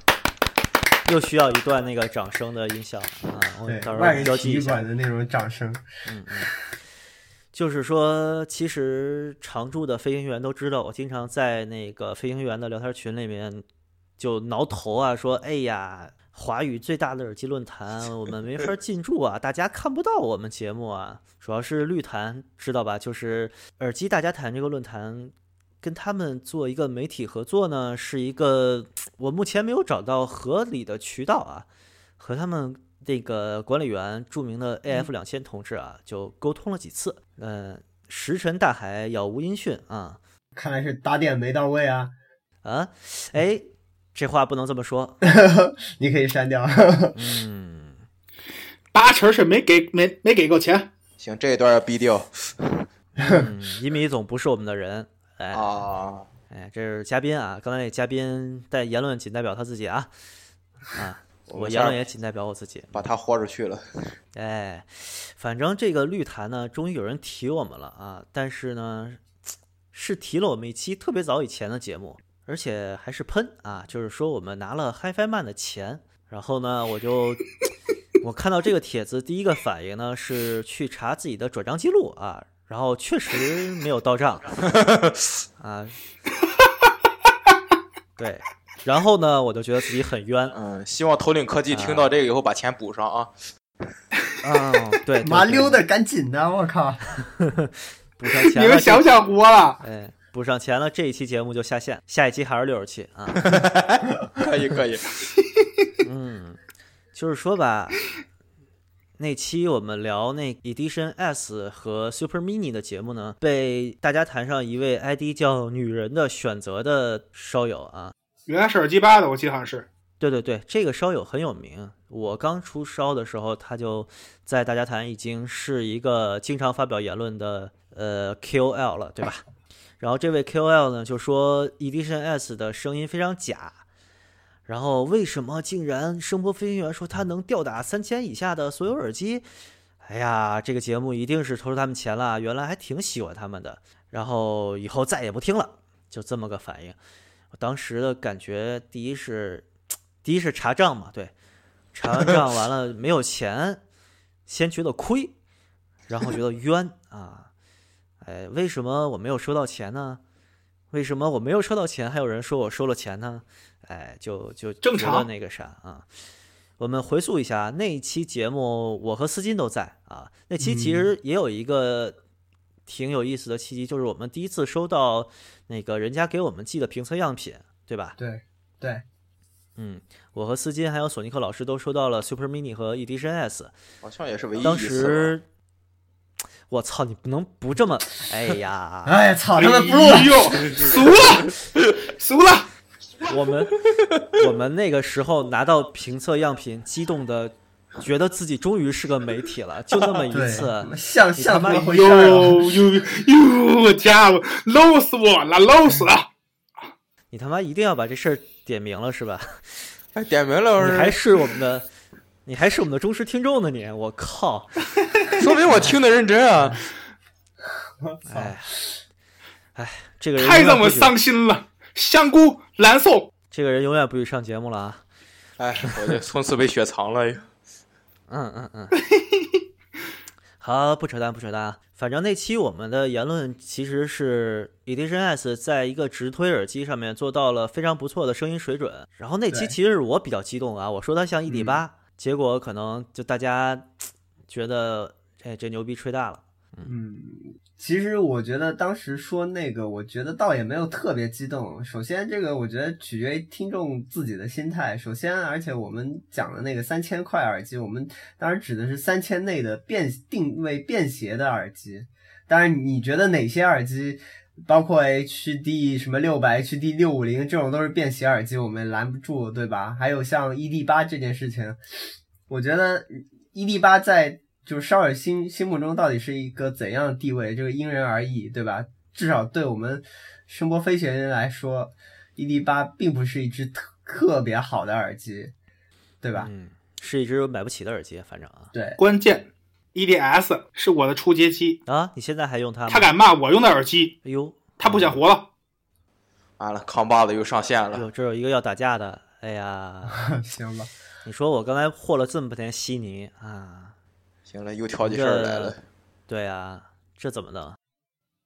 又需要一段那个掌声的音效啊，我对们到，时外候人标体记育一下馆。的那种掌声。嗯嗯，就是说，其实常驻的飞行员都知道，我经常在那个飞行员的聊天群里面就挠头啊，说：“哎呀，华语最大的耳机论坛，我们没法进驻啊，大家看不到我们节目啊，主要是绿坛，知道吧？就是耳机大家谈这个论坛。”跟他们做一个媒体合作呢，是一个我目前没有找到合理的渠道啊，和他们那个管理员著名嗯的 AF 两千同志啊，就沟通了几次，呃，石沉大海，杳无音讯啊看来是打点没到位啊，啊，哎，这话不能这么说，你可以删掉。 嗯，八成是没给没没给够钱。行，这一段要逼掉嗯一米总不是我们的人，哎，啊，哎，这是嘉宾啊，刚才那嘉宾代言论仅代表他自己啊，啊，我我们言下论也仅代表我自己，把他豁出去了，哎，反正这个绿坛呢，终于有人提我们了啊！但是呢，是提了我们一期特别早以前的节目，而且还是喷啊，就是说我们拿了 HiFi Man 的钱。然后呢，我就我看到这个帖子，第一个反应呢是去查自己的转账记录啊，然后确实没有到账啊。对，然后呢，我就觉得自己很冤嗯，希望头领科技听到这个以后把钱补上 啊，啊，对，对麻对溜的，赶紧的，我靠！补上钱了，你们想不想活了？哎，补上钱了，这一期节目就下线，下一期还是六十期啊。可以可以，嗯，就是说吧，那期我们聊那 Edition S 和 Super Mini 的节目呢，被大家谈上一位 ID 叫“女人的选择”的烧友啊。原来是耳机八的，我记得好像是。对对对，这个烧友很有名。我刚出烧的时候，他就在大家谈已经是一个经常发表言论的呃 KOL 了，对吧？然后这位 KOL 呢就说 Edition S 的声音非常假，然后为什么竟然声波飞行员说他能吊打三千以下的所有耳机？哎呀，这个节目一定是投入他们钱了，原来还挺喜欢他们的，然后以后再也不听了，就这么个反应。我当时的感觉，第一是，第一是查账嘛，对，查完账完了没有钱，先觉得亏，然后觉得冤啊，哎，为什么我没有收到钱呢？为什么我没有收到钱？还有人说我收了钱呢？哎，就就正觉得常那个啥啊。我们回溯一下那一期节目，我和思金都在啊。那期其实也有一个挺有意思的契机，就是我们第一次收到那个人家给我们寄的评测样品，对吧？对对，嗯，我和斯金还有索尼克老师都收到了 Super Mini 和 Edition S，好像也是唯一一次吧。当时，我操，你不能不这么，哎 呀，哎呀操，他们不录哎呦，俗了，俗了。我们我们那个时候拿到评测样品，激动的觉得自己终于是个媒体了，就那么一对次，，像你像他妈那么回事儿啊哎呦呦呦，家伙，漏死我了，漏死了！你他妈一定要把这事儿点明了是吧？哎，点名了，你还是我们的，你还是我们的忠实听众呢，你，我靠， 说明我听的认真啊。哎，哎，这个人太永远让不我许伤心了。香菇、蓝瘦，这个人永远不许上节目了啊！ 哎，我就从此被雪藏了。哎嗯嗯嗯，好，不扯淡不扯淡啊。反正那期我们的言论其实是 Edition S 在一个直推耳机上面做到了非常不错的声音水准。然后那期对其实是我比较激动啊，我说它像一米八、结果可能就大家觉得哎这牛逼吹大了。嗯，其实我觉得当时说那个，我觉得倒也没有特别激动。首先，这个我觉得取决于听众自己的心态。首先，而且我们讲的那个三千块耳机，我们当然指的是三千内的便定位便携的耳机。当然，你觉得哪些耳机，包括 HD 什么六百、HD 六五零这种都是便携耳机，我们拦不住，对吧？还有像 ED 八这件事情，我觉得 ED 八在就是烧耳心心目中到底是一个怎样的地位，这个因人而异，对吧？至少对我们声波飞行员来说，ED 八并不是一只特特别好的耳机，对吧？嗯，是一只买不起的耳机，反正啊对， 关键 EDS 是我的出街机，啊，你现在还用它吗？他敢骂我用的耳机，哎呦，他不想活了。 完了，康爸子又上线哎了。呦，这有一个要打架的，哎呀，行吧，你说我刚才和了这么半天稀泥啊。行了，又挑起事儿来了。对啊，这怎么弄？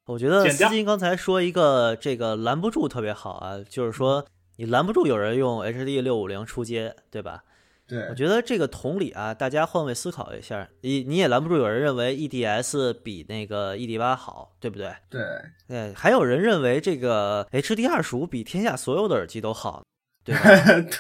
我觉得剪斯掉金刚才说一个这个拦不住特别好啊，就是说你拦不住有人用 HD 六五零出街，对吧？对我，觉得这个同理啊，大家换位思考一下，你你也拦不住有人认为 EDS 比那个 ED 八好，对不对？对， 对，还有人认为这个 HD 二十五比天下所有的耳机都好，对吧？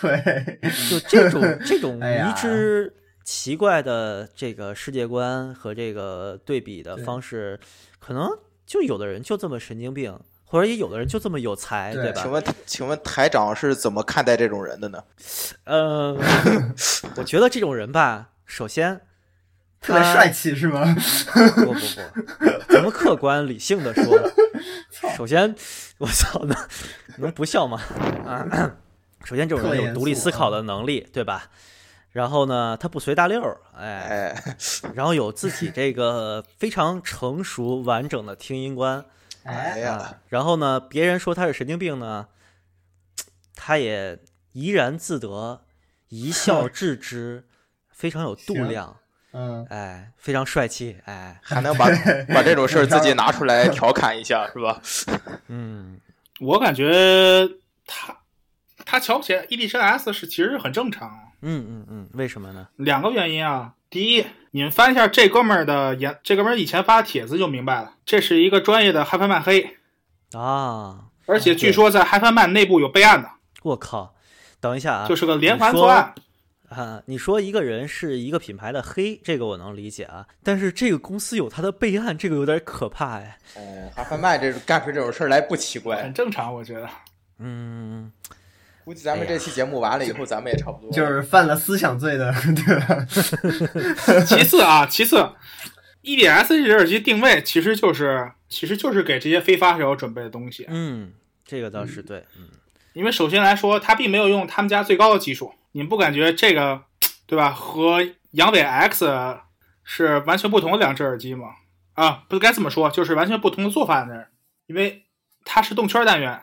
对，就这 种这种哎呀迷之奇怪的这个世界观和这个对比的对方式，可能就有的人就这么神经病，或者也有的人就这么有才，对对请吧？问，请问台长是怎么看待这种人的呢？呃， 我觉得这种人吧，首先特别他帅气是吗？不不不，咱们客观理性的 说，首先，我操，能能不笑吗？啊，首先这种特人有严独立肃思考啊的能力，对吧？然后呢，他不随大溜儿，哎，哎，然后有自己这个非常成熟完整的听音观，哎 哎，呀，啊，然后呢，别人说他是神经病呢，他也怡然自得，一 笑置之，非常有度行量，嗯，哎，非常帅气，哎，还能把把这种事儿自己拿出来调侃一下，是吧？嗯，我感觉他他瞧不起 EDS 是其实很正常，嗯嗯嗯，为什么呢？两个原因啊。第一，你们翻一下这哥们儿的言，这哥们儿以前发的帖子就明白了，这是一个专业的嗨翻漫黑，啊，而且据说在嗨翻漫内部有备案的，我靠，等一下啊，就是个连你环说作案。啊，你说一个人是一个品牌的黑，这个我能理解啊，但是这个公司有他的备案，这个有点可怕哎。嗯，哈芬曼这种干出这种事儿来不奇很怪。正常，我觉得。嗯，估计咱们哎呀这期节目完了以后，咱们也差不多了。就是犯了思想罪的， 对吧？其次啊，其次，EDS 这只耳机定位其实就是其实就是给这些非发烧准备的东西，嗯，这个倒是对，嗯因为首先来说，它并没有用他们家最高的技术，你们不感觉这个对吧？和杨伟 X 是完全不同的两只耳机吗？啊，不该这么说，就是完全不同的做法在那儿，因为它是动圈单元，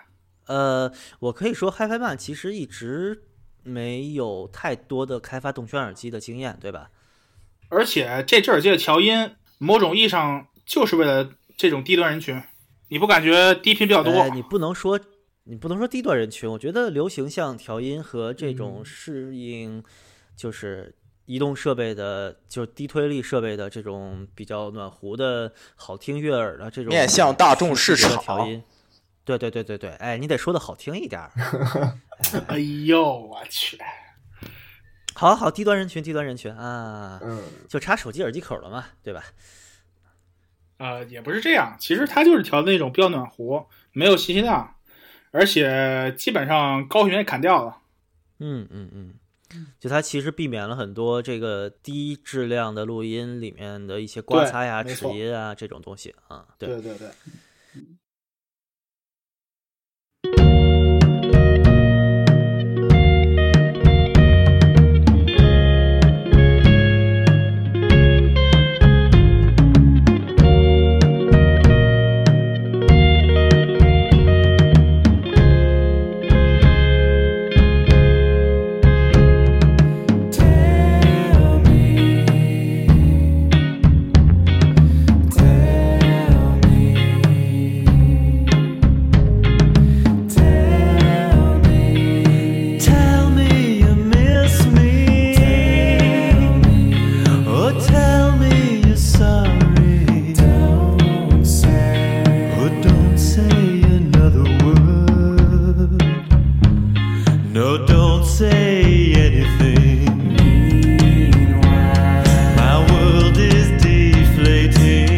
呃，我可以说 HiFi 曼其实一直没有太多的开发动圈耳机的经验，对吧？而且这只耳机的调音，某种意义上就是为了这种低端人群，你不感觉低频比较多？哎，你不能说你不能说低端嗯人群，我觉得流行向调音和这种适应就是。移动设备的，就是低推力设备的这种比较暖壶的、好听悦耳的这种面向大众市视觉的场调音。对对对对对，哎，你得说的好听一点儿。 哎呦我去，好好，低端人群，低端人群啊，嗯，就差手机耳机口了嘛，对吧？呃，也不是这样，其实它就是调的那种比较暖壶，没有信息量，而且基本上高频也砍掉了。嗯嗯嗯，就它其实避免了很多这个低质量的录音里面的一些刮对擦呀、没齿错音啊这种东西啊。对，对对， Tell me, tell me, tell me, tell me you miss me. Oh, tell me you're sorry. Don't say, oh, don't say another word. No, don't say anything. My world is deflating,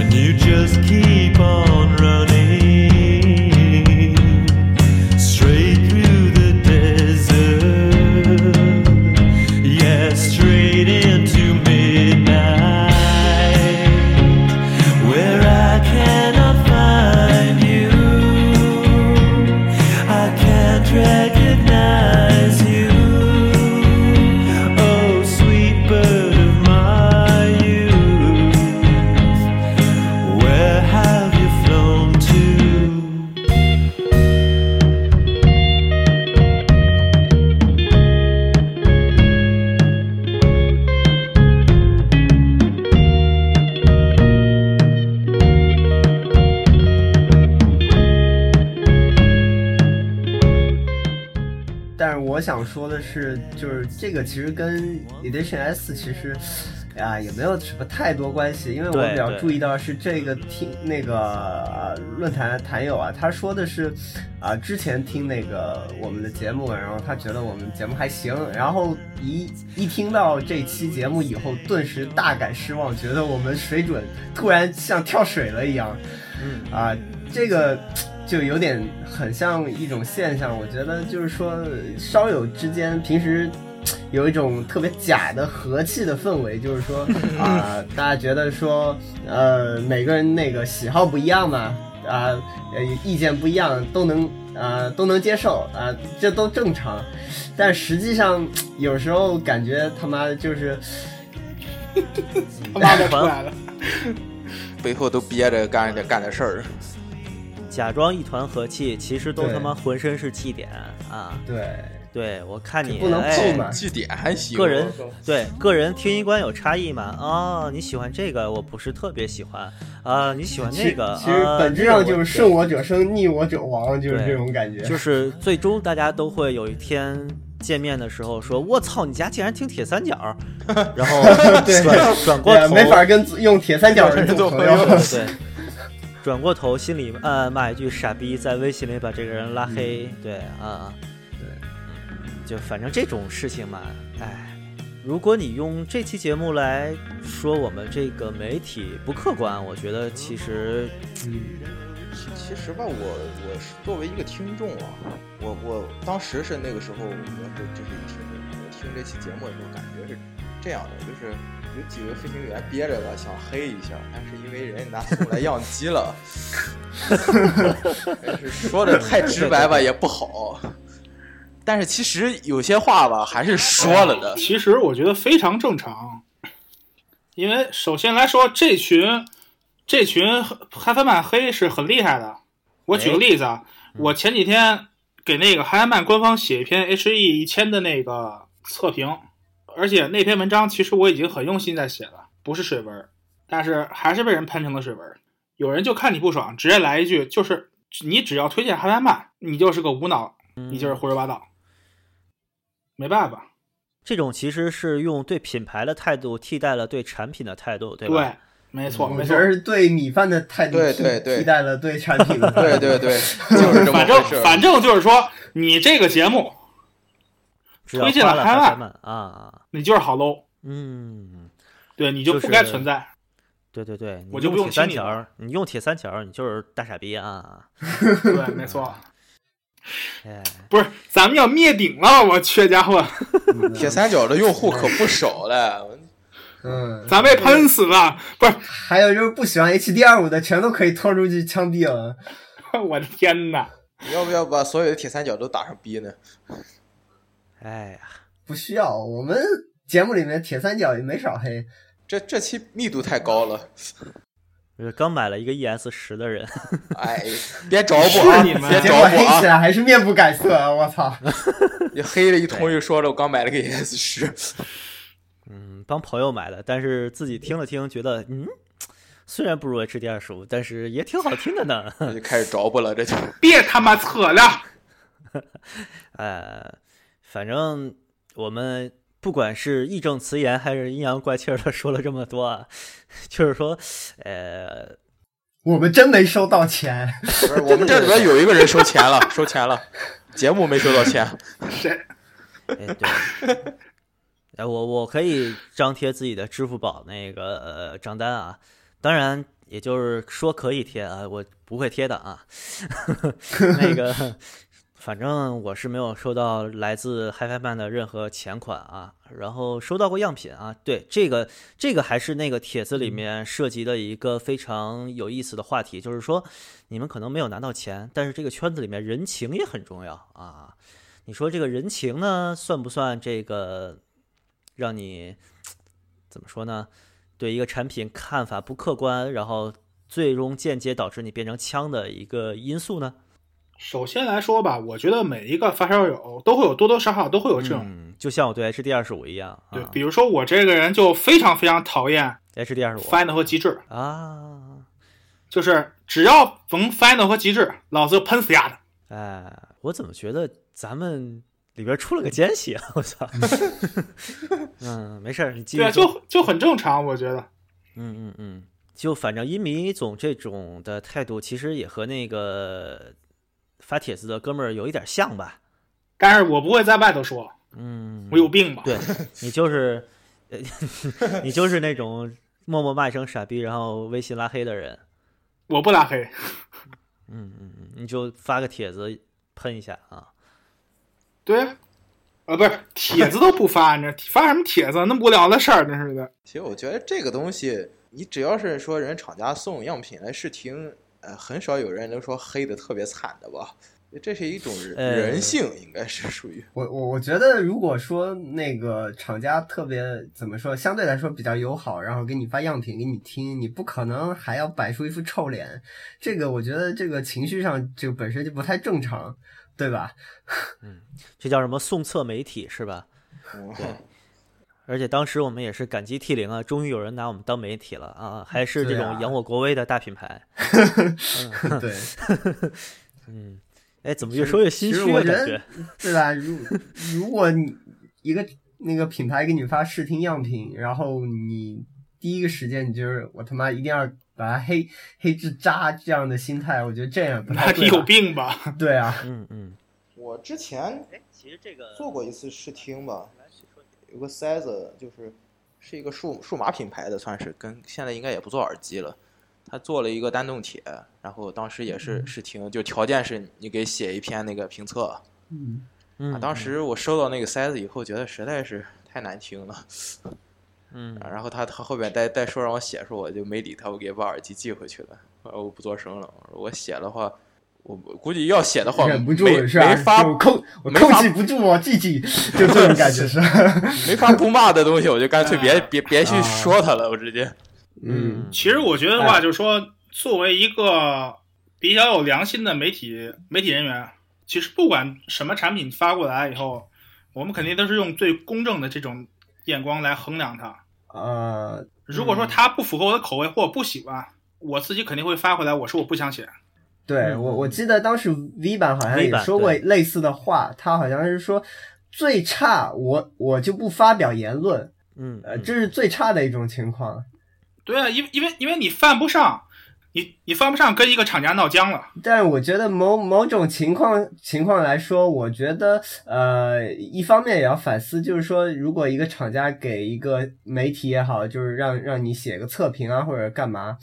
and you just keep on running straight through the desert. Yeah, straight into midnight, where I cannot find you. I can't recognize you. Oh, sweet bird of my youth, where have you flown to? 但是我想说的是，就是这个其实跟 Edition S 其实，哎呀，也没有什么太多关系，因为我对比较对注意到是这个听那个、呃论坛坛友啊，他说的是，啊、之前听那个我们的节目，然后他觉得我们节目还行，然后一一听到这期节目以后，顿时大感失望，觉得我们水准突然像跳水了一样，嗯啊，这个就有点很像一种现象，我觉得就是说烧友之间平时有一种特别假的和气的氛围，就是说啊、大家觉得说呃每个人那个喜好不一样嘛，啊、呃意见不一样都能啊、都能接受啊、这都正常，但实际上有时候感觉他妈就是他妈的出来了，背后都憋着干着干点事儿。假装一团和气，其实都对他妈浑身是气点啊！对对我看你不能哎碰嘛绩点还行，个人对个人听音观有差异嘛？哦，你喜欢这个，我不是特别喜欢啊。你喜欢其那实个，其实啊本质那个上我就是顺我者生，逆我者亡，就是对这种感觉。就是最终大家都会有一天见面的时候说：“我操，你家竟然听铁三角儿！”然后转转过 对，哎头，没法跟用铁三角人做朋友。对，转过头心里暗暗骂一句“傻逼”，在微信里把这个人拉黑。嗯对啊，对，就反正这种事情嘛，哎，如果你用这期节目来说我们这个媒体不客观，我觉得其实其实吧，我我是作为一个听众啊，我我当时是那个时候，我是就是一听我听这期节目的时候，感觉是这样的，就是有几个飞行员憋着了想黑一下，但是因为人家拿出来样机了，但是说的太直白吧也不好，但是其实有些话吧还是说了 的，哎其实我觉得非常正常，因为首先来说，这群这群嗨翻曼黑是很厉害的。我举个例子哎啊，嗯我前几天给那个嗨翻曼官方写一篇 HE 一千的那个测评，而且那篇文章其实我已经很用心在写了，不是水文儿，但是还是被人喷成了水文儿。有人就看你不爽，直接来一句，就是你只要推荐嗨翻曼，你就是个无脑，你就是胡说八道，没办法。这种其实是用对品牌的态度替代了对产品的态度，对吧？对，没错，我 没觉错。得是对米饭的态度对替对对替代了 对产品的态对对度。对， 就是这么反正回事儿。反正就是说，你这个节目只要推荐花了了开还外还慢啊啊，你就是好 low，嗯，对你就就是不该存在。对对对，你我就不用用铁三听你条的儿，你用铁三条儿，你就是大傻逼啊！对，没 错。哎，不是，咱们要灭顶了！ 我去家伙，铁三角的用户可不少嘞，嗯，咱被喷死了！不是，还有就是不喜欢 HDR 五的，全都可以拖出去枪毙了。 我的天哪！你要不要把所有的铁三角都打上 B 呢？哎呀，不需要，我们节目里面铁三角也没少黑。这这期密度太高了，就是刚买了一个 ES 十的人， 哎，别找我啊，是你们别结找果黑我啊起！来还是面不改色，我 操！你黑了一通又说了，我刚买了个 ES 十，嗯，帮朋友买的，但是自己听了听，觉得嗯，虽然不如 HDR 十五，但是也挺好听的呢。 就开始找不了，这就别他妈扯了！呃，反正我们不管是义正辞严还是阴阳怪气的说了这么多，啊， 就是说，呃，我们真没收到钱，不是我们这里边有一个人收钱 了，收钱了，节目没收到钱，谁？哎对， 哎我我可以张贴自己的支付宝那个呃账单啊，当然也就是说可以贴啊，我不会贴的啊， 那个。反正我是没有收到来自 HiFi Man 的任何钱款啊，然后收到过样品啊。对，这个这个还是那个帖子里面涉及的一个非常有意思的话题，就是说你们可能没有拿到钱，但是这个圈子里面人情也很重要啊。你说这个人情呢，算不算这个让你怎么说呢？对一个产品看法不客观，然后最终间接导致你变成枪的一个因素呢？首先来说吧，我觉得每一个发烧友都会有多多少少都会有这种。嗯，就像我对 HD 二十五一样，啊对啊，比如说我这个人就非常非常讨厌 HD 二十五 Final 和极致，啊，就是只要逢 Final 和极致，老子就喷死丫的。哎，我怎么觉得咱们里边出了个奸细啊？我 操！嗯，没事儿，你继对啊，续说。就就很正常，我觉得。嗯嗯嗯，就反正音迷总这种的态度，其实也和那个发帖子的哥们儿有一点像吧？但是我不会在外头说，嗯，我有病吧？对你就是，呃 你就是那种默默骂一声傻逼，然后微信拉黑的人。我不拉黑。嗯嗯嗯，你就发个帖子喷一下啊。对啊，啊，不是帖子都不发，你这发什么帖子？那么无聊的事儿，真是的。 其实我觉得这个东西，你只要是说人厂家送样品来试听，呃，很少有人能说黑的特别惨的吧？这是一种人呃人性，应该是属于。我我我觉得，如果说那个厂家特别怎么说，相对来说比较友好，然后给你发样品给你听，你不可能还要摆出一副臭脸，这个我觉得这个情绪上这个本身就不太正常，对吧？这叫什么送测媒体是吧？嗯对而且当时我们也是感激涕零啊，终于有人拿我们当媒体了啊，还是这对种啊扬我国威的大品牌。对，嗯，哎，怎么越说越心其实虚我啊？觉感得觉，对吧？如如果你一个那个品牌给你发试听样品，然后你第一个时间你就是我他妈一定要把它黑黑至渣这样的心态，我觉得这样不那太啊你 对有吧。病吧？对啊，嗯嗯，我之前哎，其实这个做过一次试听吧，有个塞子就是是一个数数码品牌的，算是跟现在应该也不做耳机了。他做了一个单动帖，然后当时也是试听，就条件是你给写一篇那个评测，嗯，嗯，啊，当时我收到那个塞子以后，觉得实在是太难听了。嗯，啊然后他他后面再再说让我写，说我就没理他，我给把耳机寄回去了。后来我不做声了，我说我写的话，我我估计要写的话，忍不住没是吧？没发我控我没控法制不住我自己，就这种感觉是吧。没法不骂的东西，我就干脆别啊别别去啊说他了，我直接。嗯，其实我觉哎得话，就是说，作为一个比较有良心的媒体媒体人员，其实不管什么产品发过来以后，我们肯定都是用最公正的这种眼光来衡量它。呃，如嗯果说它不符合我的口味或我不喜欢，我自己肯定会发回来，我说我不想写。对我我记得当时 V 版好像 V 也版说过对类似的话，他好像是说。最差我我就不发表言论，嗯，呃，嗯这是最差的一种情况。对啊，因为因为因为你犯不上，你你犯不上跟一个厂家闹僵了。但是我觉得某某种情况情况来说，我觉得呃，一方面也要反思，就是说，如果一个厂家给一个媒体也好，就是让让你写个测评啊或者干嘛，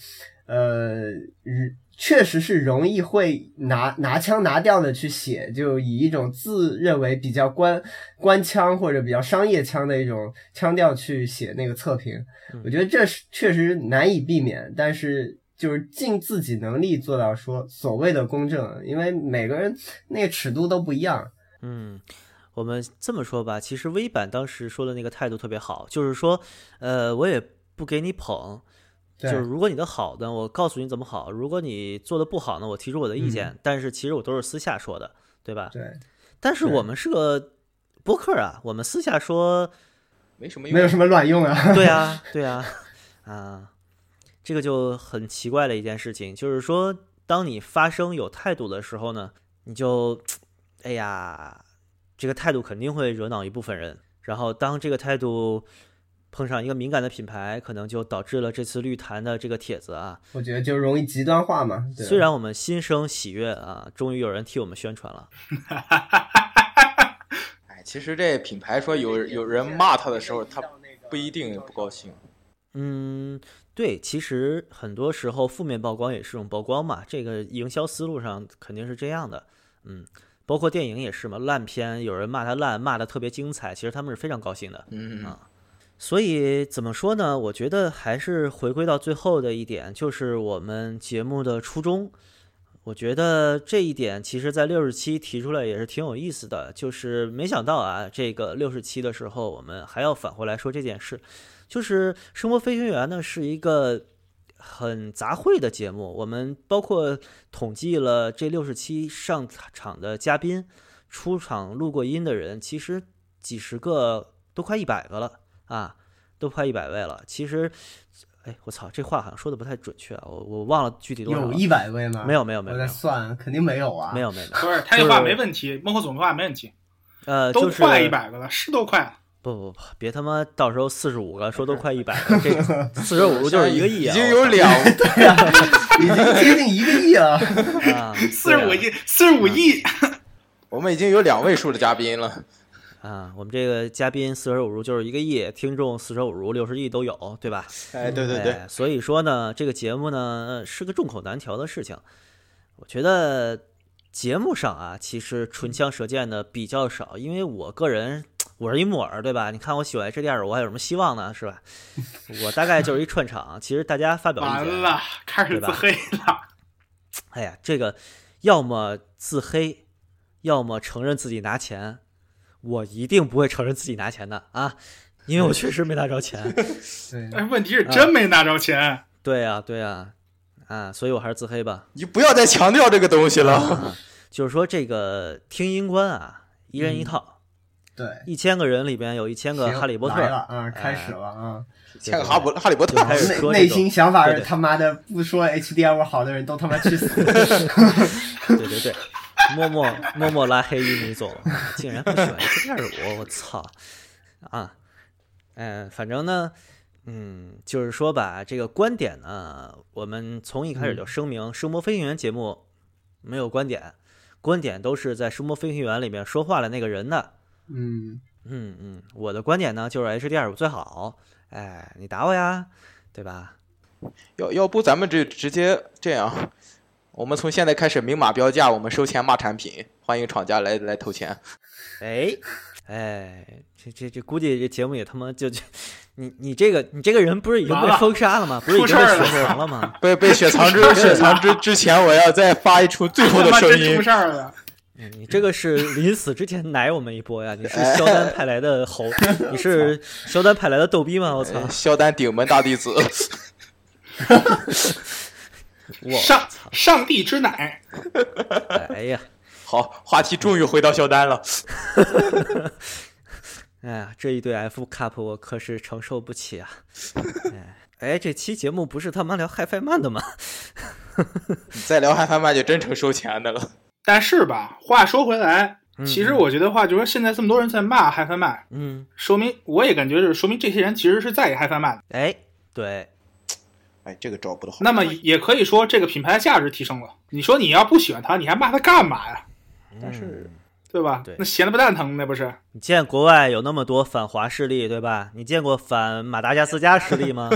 呃，嗯确实是容易会拿拿腔拿调的去写，就以一种自认为比较官官腔或者比较商业腔的一种腔调去写那个测评。嗯我觉得这是确实难以避免，但是就是尽自己能力做到说所谓的公正，因为每个人那个尺度都不一样。嗯，我们这么说吧，其实微版当时说的那个态度特别好，就是说，呃，我也不给你捧，就对是如果你的好呢，我告诉你怎么好；如果你做的不好呢，我提出我的意见，但是其实我都是私下说的，对吧？对，但是对我们是个播客啊，我们私下说，没什么用，没有什么卵用 啊。对啊，对啊，啊，这个就很奇怪的一件事情，就是说，当你发声有态度的时候呢，你就，哎呀，这个态度肯定会惹恼一部分人。然后，当这个态度碰上一个敏感的品牌，可能就导致了这次绿坛的这个帖子啊。我觉得就容易极端化嘛。对虽然我们心生喜悦啊，终于有人替我们宣传了。哎，其实这品牌说有有人骂他的时候，他不一定不高兴。嗯，对，其实很多时候负面曝光也是种曝光嘛，这个营销思路上肯定是这样的。嗯，包括电影也是嘛，烂片有人骂它烂，骂的特别精彩，其实他们是非常高兴的。嗯啊所以怎么说呢？我觉得还是回归到最后的一点，就是我们节目的初衷。我觉得这一点其实在六十七提出来也是挺有意思的，就是没想到啊，这个六十七的时候，我们还要返回来说这件事。就是《生活飞行员》呢是一个很杂烩的节目，我们包括统计了这六十七上场的嘉宾，出场录过音的人，其实几十个都快一百个了。啊，都快一百位了。其实，哎，我操，这话好像说的不太准确啊，我我忘了具体多少有了。一百位吗？没有没有没我有在没有算，肯定没有啊。没有没有，没有不是，他这话没问题，幕后总的话没问题，呃，都就是快一百个了，是都快了。不不不，别他妈到时候四十五个说都快一百 个，这四十五个就是一个亿已啊！经有两已经接近一个亿了。 啊，嗯四十五对亿，四十五亿， 我们已经有两位数的嘉宾了，啊啊！我们这个嘉宾四舍五入就是一个亿，听众四舍五入六十亿都有，对吧？哎，对对对，哎所以说呢，这个节目呢呃是个众口难调的事情。我觉得节目上啊，其实唇枪舌剑的比较少，因为我个人我是一木耳，对吧？你看我喜欢这电影，我还有什么希望呢？是吧？我大概就是一串场，其实大家发表意完见，啊了，开始对吧自黑了。哎呀，这个要么自黑，要么承认自己拿钱。我一定不会承认自己拿钱的啊，因为我确实没拿着钱。 嗯对，哎，问题是真没拿着钱，对呀、对呀、啊，所以我还是自黑吧。你不要再强调这个东西 了。啊，就是说这个听音官啊，一人一套，对。一千个人里边有一千个哈利波特哎行来了啊，开始了啊！签个哈勃哈利波特就，开始内说内这心种，想法对是对他妈的不说 HDR 好的人都他妈去 死。对对对，默默默默拉黑一米总，竟然不喜欢这二五，我操啊！嗯、反正呢，嗯，就是说吧，这个观点呢，我们从一开始就声明，声波飞行员》节目没有观点，观点都是在《声波飞行员》里面说话的那个人的。嗯，嗯嗯，我的观点呢就是 HDR 五最好，哎，你打我呀，对吧？要要不咱们这直接这样，我们从现在开始明码标价，我们收钱骂产品，欢迎厂家来来投钱。哎哎，这这这估计这节目也他妈就就，你你这个你这个人不是已经被完了封杀了吗？不是已出经被事儿雪了藏了吗？被被雪藏 之雪藏之之前，我要再发一出最后他的妈声真音出。事儿了。嗯你这个是临死之前奶我们一波呀！你是肖丹派来的猴，你是肖丹派来的逗逼吗？我操哎！ 肖丹顶门大弟子，我上操！上帝之奶，哎呀！好，话题终于回到肖丹了。哎呀，这一对 F cup 我可是承受不起啊！哎，哎，这期节目不是他妈聊 HiFi 慢的吗？你再聊嗨翻麦就真成收钱的了。但是吧，话说回来，其实我觉得话，就说现在这么多人在骂 HiFiMan，嗯，说明我也感觉就是说明这些人其实是在意 HiFiMan 的。哎，对，哎，这个招不得好。那么也可以说这个品牌价值提升了。你说你要不喜欢他，你还骂他干嘛呀？但嗯是对吧？对那闲的不蛋疼，那不是？你见国外有那么多反华势力，对吧？你见过反马达加斯加势力 吗？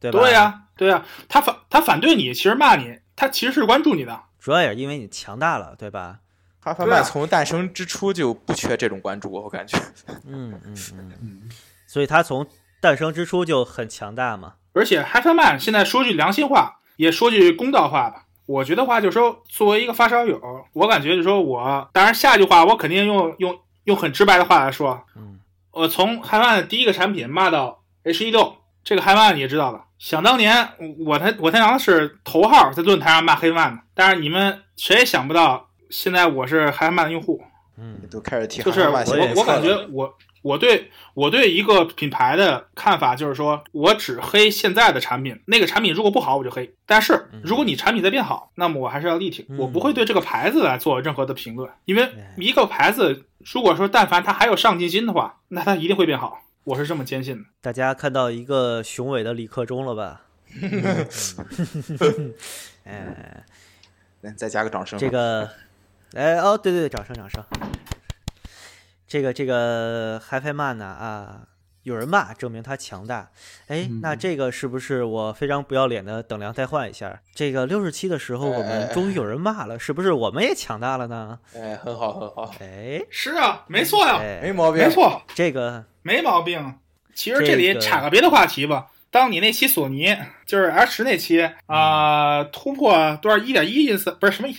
对吧？对呀、对呀、他反他反对你，其实骂你，他其实是关注你的。主要也是因为你强大了，对吧？哈发对啊曼从诞生之初就不缺这种关注，我感觉。嗯嗯嗯，所以他从诞生之初就很强大嘛。而且 HiFiMan 现在说句良心话，也说句公道话吧。我觉得话就是说，作为一个发烧友，我感觉就是说我，当然下句话我肯定用用用很直白的话来说，嗯，我从 HiFiMan 的第一个产品骂到 H 一六，这个 HiFiMan 也知道了。想当年我他我他娘是头号在论坛上骂黑曼的，但是你们谁也想不到，现在我是 HiFiMan 的用户，嗯都开始提就是哈我曼写也我错我感了觉我我对我对一个品牌的看法就是说，我只黑现在的产品，那个产品如果不好我就黑。但是如果你产品在变好，那么我还是要力挺，嗯我不会对这个牌子来做任何的评论，因为哎一个牌子如果说但凡它还有上进心的话，那它一定会变好。我是这么坚信的。大家看到一个雄伟的李克忠了 吧？ 嗯哎，来嗯再加个掌声。这个， 哎哦，对对对，掌声掌声。这个这个嗨菲曼呢啊，有人骂，证明他强大。哎，嗯那这个是不是我非常不要脸的等量再换一下？这个六十期的时候，我哎哎们哎终于有人骂了，是不是我们也强大了呢？哎，很好很好，哎是啊，没错呀、没哎，毛病。没，错，这个没毛病。其实这这里个岔个别的话题吧。当你那期索尼就是 L 十那期嗯啊、突破多少一点一 ins 不是什么一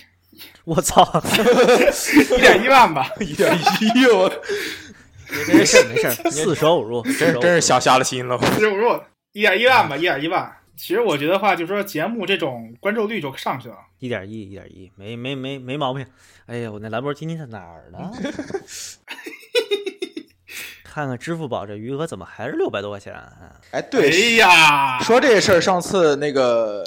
我操， 点一万吧？一点一，哎我没事儿 没事儿，四舍五入，四真舍五真入是想瞎了心了。就是我说一点一万吧，一点一万。其实我觉得话，就说节目这种关注率就上去了。一点一，一点一，没没没没毛病。哎呀，我那兰博基尼在哪儿呢？ 看看支付宝这余额怎么还是六百多块钱、啊？哎，对，哎呀，说这事儿，上次那个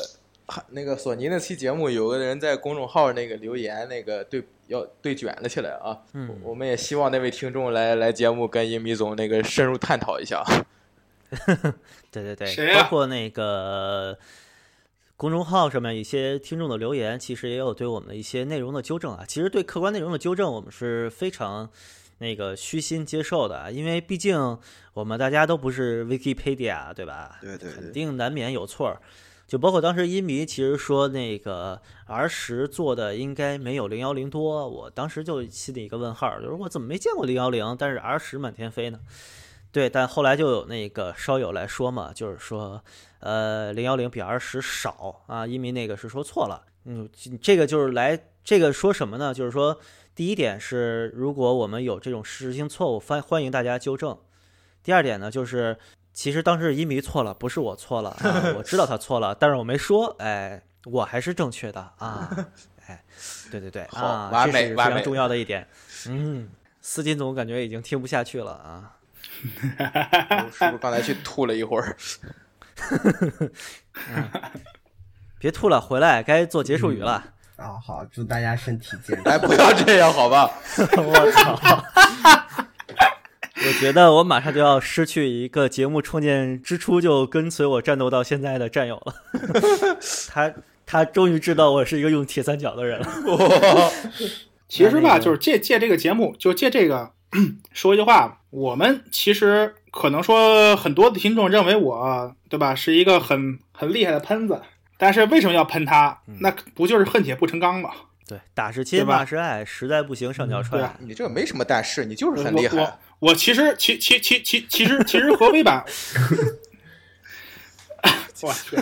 那个索尼那期节目，有个人在公众号那个留言，那个对要对卷了起来啊。嗯我们也希望那位听众来来节目跟银米总那个深入探讨一下。对对对，谁呀包括那个公众号上面一些听众的留言，其实也有对我们的一些内容的纠正啊。其实对客观内容的纠正，我们是非常那个虚心接受的啊，因为毕竟我们大家都不是 Wikipedia，对吧？对对对肯定难免有错儿。就包括当时音迷其实说那个 R 十做的应该没有零幺零多，我当时就心里一个问号，就是我怎么没见过零幺零，但是 R 十满天飞呢？对，但后来就有那个烧友来说嘛，就是说，呃，零幺零比 R 十少啊，因为那个是说错了。嗯，这这个就是来这个说什么呢？就是说，第一点是，如果我们有这种实行错误，欢欢迎大家纠正。第二点呢，就是其实当时一迷错了，不是我错了、啊我知道他错了，但是我没说，哎，我还是正确的啊，哎，对对对，好啊，完美这是非完常美重要的一点。嗯，斯金总感觉已经听不下去了啊。我是不是刚才去吐了一会儿？别吐了，回来该做结束语了。啊、好，祝大家身体健康。哎，不要这样好吧？我操！我觉得我马上就要失去一个节目创建之初就跟随我战斗到现在的战友了。 他他终于知道我是一个用铁三角的人了。其实那吧，个就是借借这个节目，就借这个 说一句话吧。我们其实可能说很多的听众认为我对吧是一个很很厉害的喷子，但是为什么要喷他？那不就是恨铁不成钢吗？对，嗯打是亲，对吧骂是爱，实在不行上脚对踹。啊你这个没什么但是，你就是很厉我我害。我其实其其其其其实其实和微 版，我去，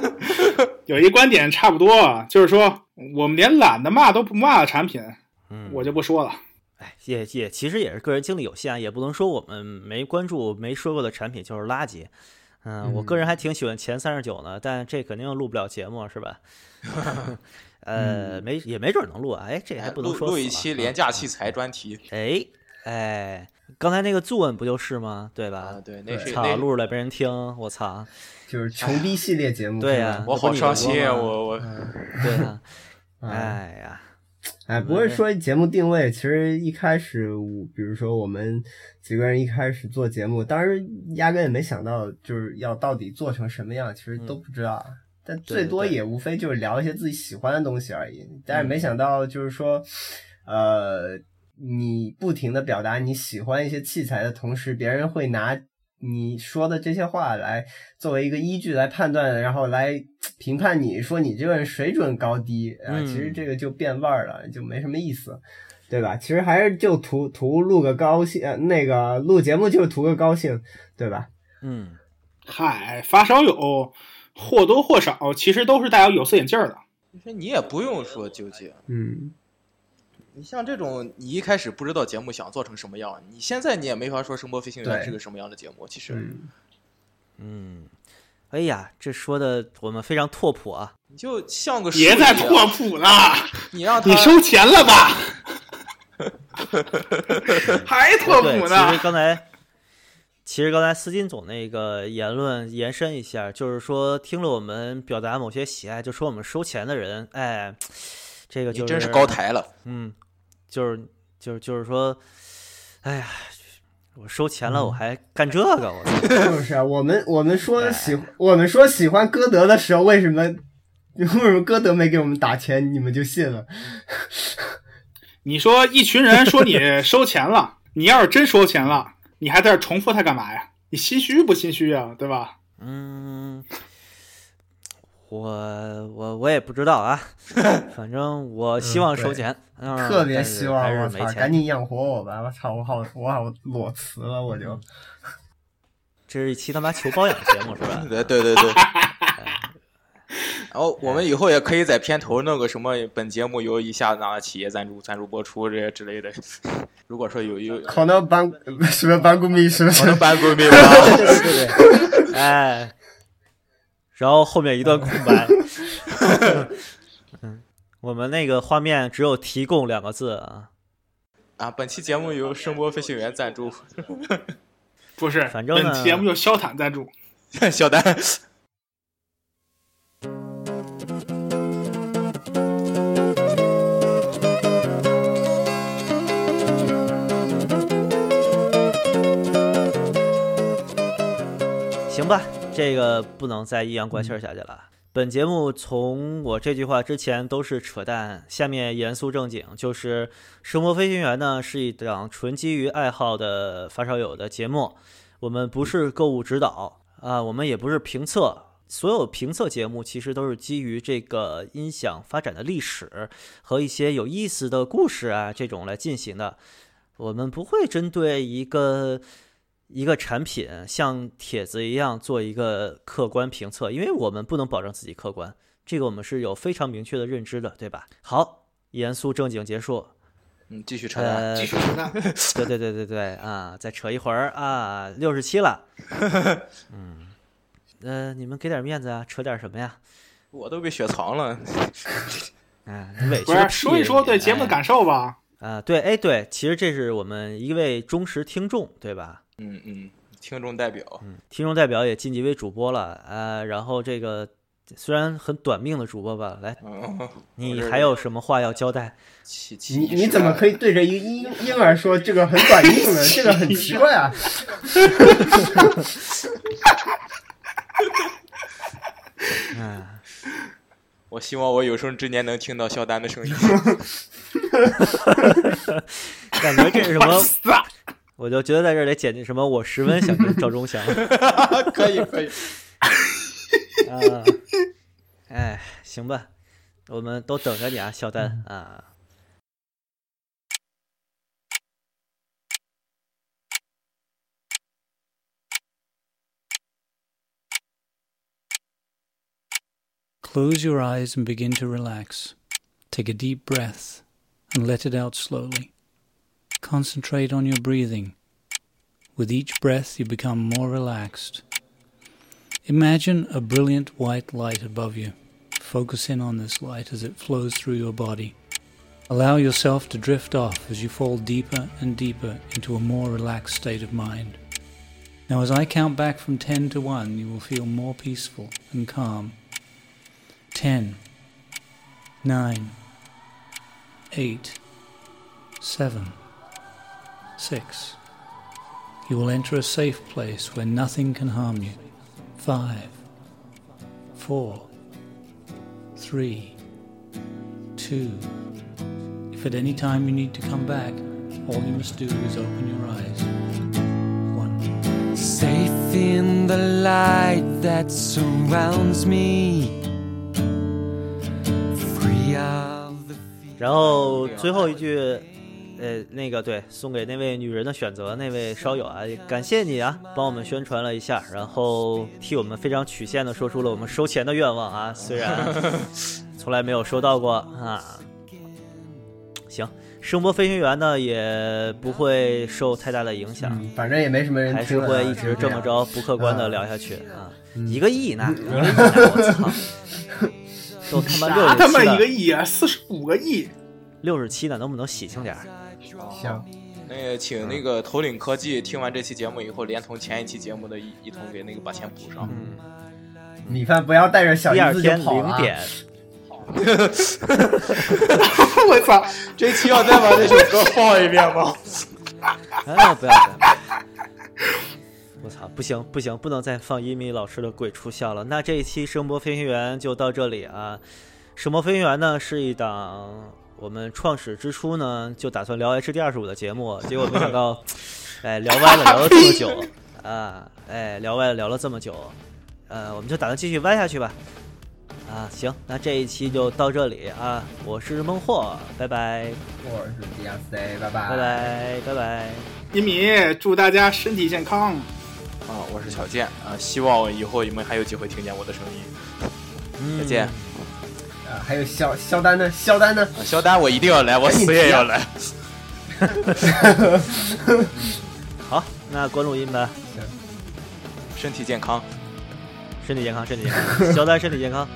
有一观点差不多，啊，就是说我们连懒得骂都不骂的产品，嗯我就不说了。哎，也也其实也是个人精力有限，也不能说我们没关注、没说过的产品就是垃圾。嗯，我个人还挺喜欢前三十九呢，但这肯定录不了节目，是吧？ 呃，没也没准能录啊，哎，这还哎不能录说录死一了期啊廉价器材专题哎哎，刚才那个作文不就是吗？对啊，吧？对，那是操，那录出来没人听，我 操！就是穷逼系列节目。对啊是呀、啊吧那不我 好你说伤心啊！吗我我对呀、嗯哎呀，哎，不会说节目定位，其实一开始我，比如说我们几个人一开始做节目，当时压根也没想到就是要到底做成什么样，其实都不知道。但最多嗯对对也无非就是聊一些自己喜欢的东西而已。但嗯是没想到就是说，呃，你不停的表达你喜欢一些器材的同时，别人会拿你说的这些话来作为一个依据来判断，然后来评判你说你这个人水准高低啊，嗯其实这个就变味儿了，就没什么意思。对吧？其实还是就图图录个高兴，呃那个录节目就是图个高兴，对吧？嗯，嗨，发烧友或多或少其实都是带有有色眼镜儿的。其实你也不用说纠结，嗯，你像这种，你一开始不知道节目想做成什么样，你现在你也没法说《声波飞行员》对是个什么样的节目。其实嗯，嗯，哎呀，这说的我们非常拓扑 啊。你就像个别树再一样拓扑了，你让他你收钱了吧？还拓哦对，扑其实呢？刚才，其实刚才斯金总那个言论延伸一下，就是说听了我们表达某些喜爱，就说我们收钱的人，哎，这个你就真是高抬了。嗯，就是就是就是说，哎呀，我收钱了，我嗯还干这个，我操！就是啊，我们我们说喜，哎我们说喜欢歌德的时候，为什么 为什么歌德没给我们打钱，你们就信嗯了？你说一群人说你收钱了， 你要是真收钱了，你还在这儿重复它干嘛呀？你心虚不心虚啊？对吧？嗯，我我我也不知道 啊，反正我希望收钱， 嗯特别但是希望还我是没操，钱赶紧养活我吧！我操，我好我好裸辞了，我嗯就这是一期他妈求包养节目是 吧？对对对对。 然后我们以后也可以在片头弄个什么，本节目由以下哪企业赞助赞助播出这些之类的。 如果说有有，可能班 什么班古米什么什我能么，搬闺蜜吗？对对对，哎，然后后面一段空白。嗯，嗯 我们那个画面只有“提供”两个字啊，啊，本期节目由声波飞行员赞助，不是，反正呢本期节目由萧坦赞助。小丹。行吧，这个不能再阴阳怪气儿下去了。本节目从我这句话之前都是扯淡，下面严肃正经，就是《生活飞行员》呢是一档纯基于爱好的发烧友的节目，我们不是购物指导啊、我们也不是评测。所有评测节目其实都是基于这个音响发展的历史和一些有意思的故事啊这种来进行的。我们不会针对一个一个产品像帖子一样做一个客观评测，因为我们不能保证自己客观，这个我们是有非常明确的认知的，对吧？好，严肃正经结束。嗯，继续扯淡。呃，扯淡。对对对对对啊，再扯一会儿啊，六十七了。嗯，呃，你们给点面子啊，扯点什么呀？我都被雪藏了。啊，你委屈不个是，屁说一说你对节目的哎感受吧。啊，对，哎对，其实这是我们一位忠实听众，对吧？嗯嗯，听众代表。听众代表也晋级为主播了，呃，然后这个虽然很短命的主播吧，来，嗯，你还有什么话要交代？七七你你怎么可以？以对着一个婴婴儿说这个很短 命呢？这个很奇怪啊！嗯，我希望我有生之年能听到肖丹的声音。 感觉这是什烦 么？死了！我就觉得在这里剪辑什么，我十分想跟赵忠祥可以可以。啊，哎，行吧，我们都等着你啊，肖丹啊。 Close your eyes and begin to relax. Take a deep breath and let it out slowly. Concentrate on your breathing. With each breath, you become more relaxed. Imagine a brilliant white light above you. Focus in on this light as it flows through your body. Allow yourself to drift off as you fall deeper and deeper into a more relaxed state of mind. Now, as I count back from 10 to 1, you will feel more peaceful and calm. Ten, nine, eight, seven, six, five, four, three, two, one. eight, seven, six. You will enter a safe place where nothing can harm you. Five, four, three, two. If at any time you need to come back, all you must do is open your eyes. One. Safe in the light that surrounds me. Free of the fear. 然后最后一句，呃，那个对，送给那位女人的选择那位烧友啊，也感谢你啊，帮我们宣传了一下，然后替我们非常曲线的说出了我们收钱的愿望 啊，虽然从来没有收到过啊。行，声波飞行员呢也不会受太大的影响，嗯，反正也没什么人啊还是听了会一直这么。样着不客观的聊下去啊。嗯一个亿呢？一个亿呢我操！ 都他妈六啥十他妈七一了个，亿啊，四十五个亿，六十七呢，能不能喜庆点儿？行，那个，请那个头领科技听完这期节目以后，连同前一期节目的一一同给那个把钱补上。米饭不要带着小第二姨子就天跑啊零了。 点，我操！这期要再把这首歌放一遍吗？哎，不要不要！ 我操，不行不行，不能再放一米老师的鬼出校了。那这一期声波飞行员就到这里啊。声波飞行员呢是一档我们创始之初呢就打算聊 HD 二十五的节目，结果没想 到，哎，聊歪了聊了这么久啊，哎，聊歪了聊了这么久，呃，我们就打算继续歪下去吧。啊，行，那这一期就到这里啊！我是孟获，拜拜，我是 D S A，拜拜拜，拜拜。 一米，祝大家身体健康。啊，我是小健啊，希望以后你们还有机会听见我的声音。嗯再见啊，还有肖肖丹呢？肖丹呢？啊，肖丹，我一定要来，我死也要来。好，那关录音吧。身体健康。身体健康，身体健康，小丹身体健康，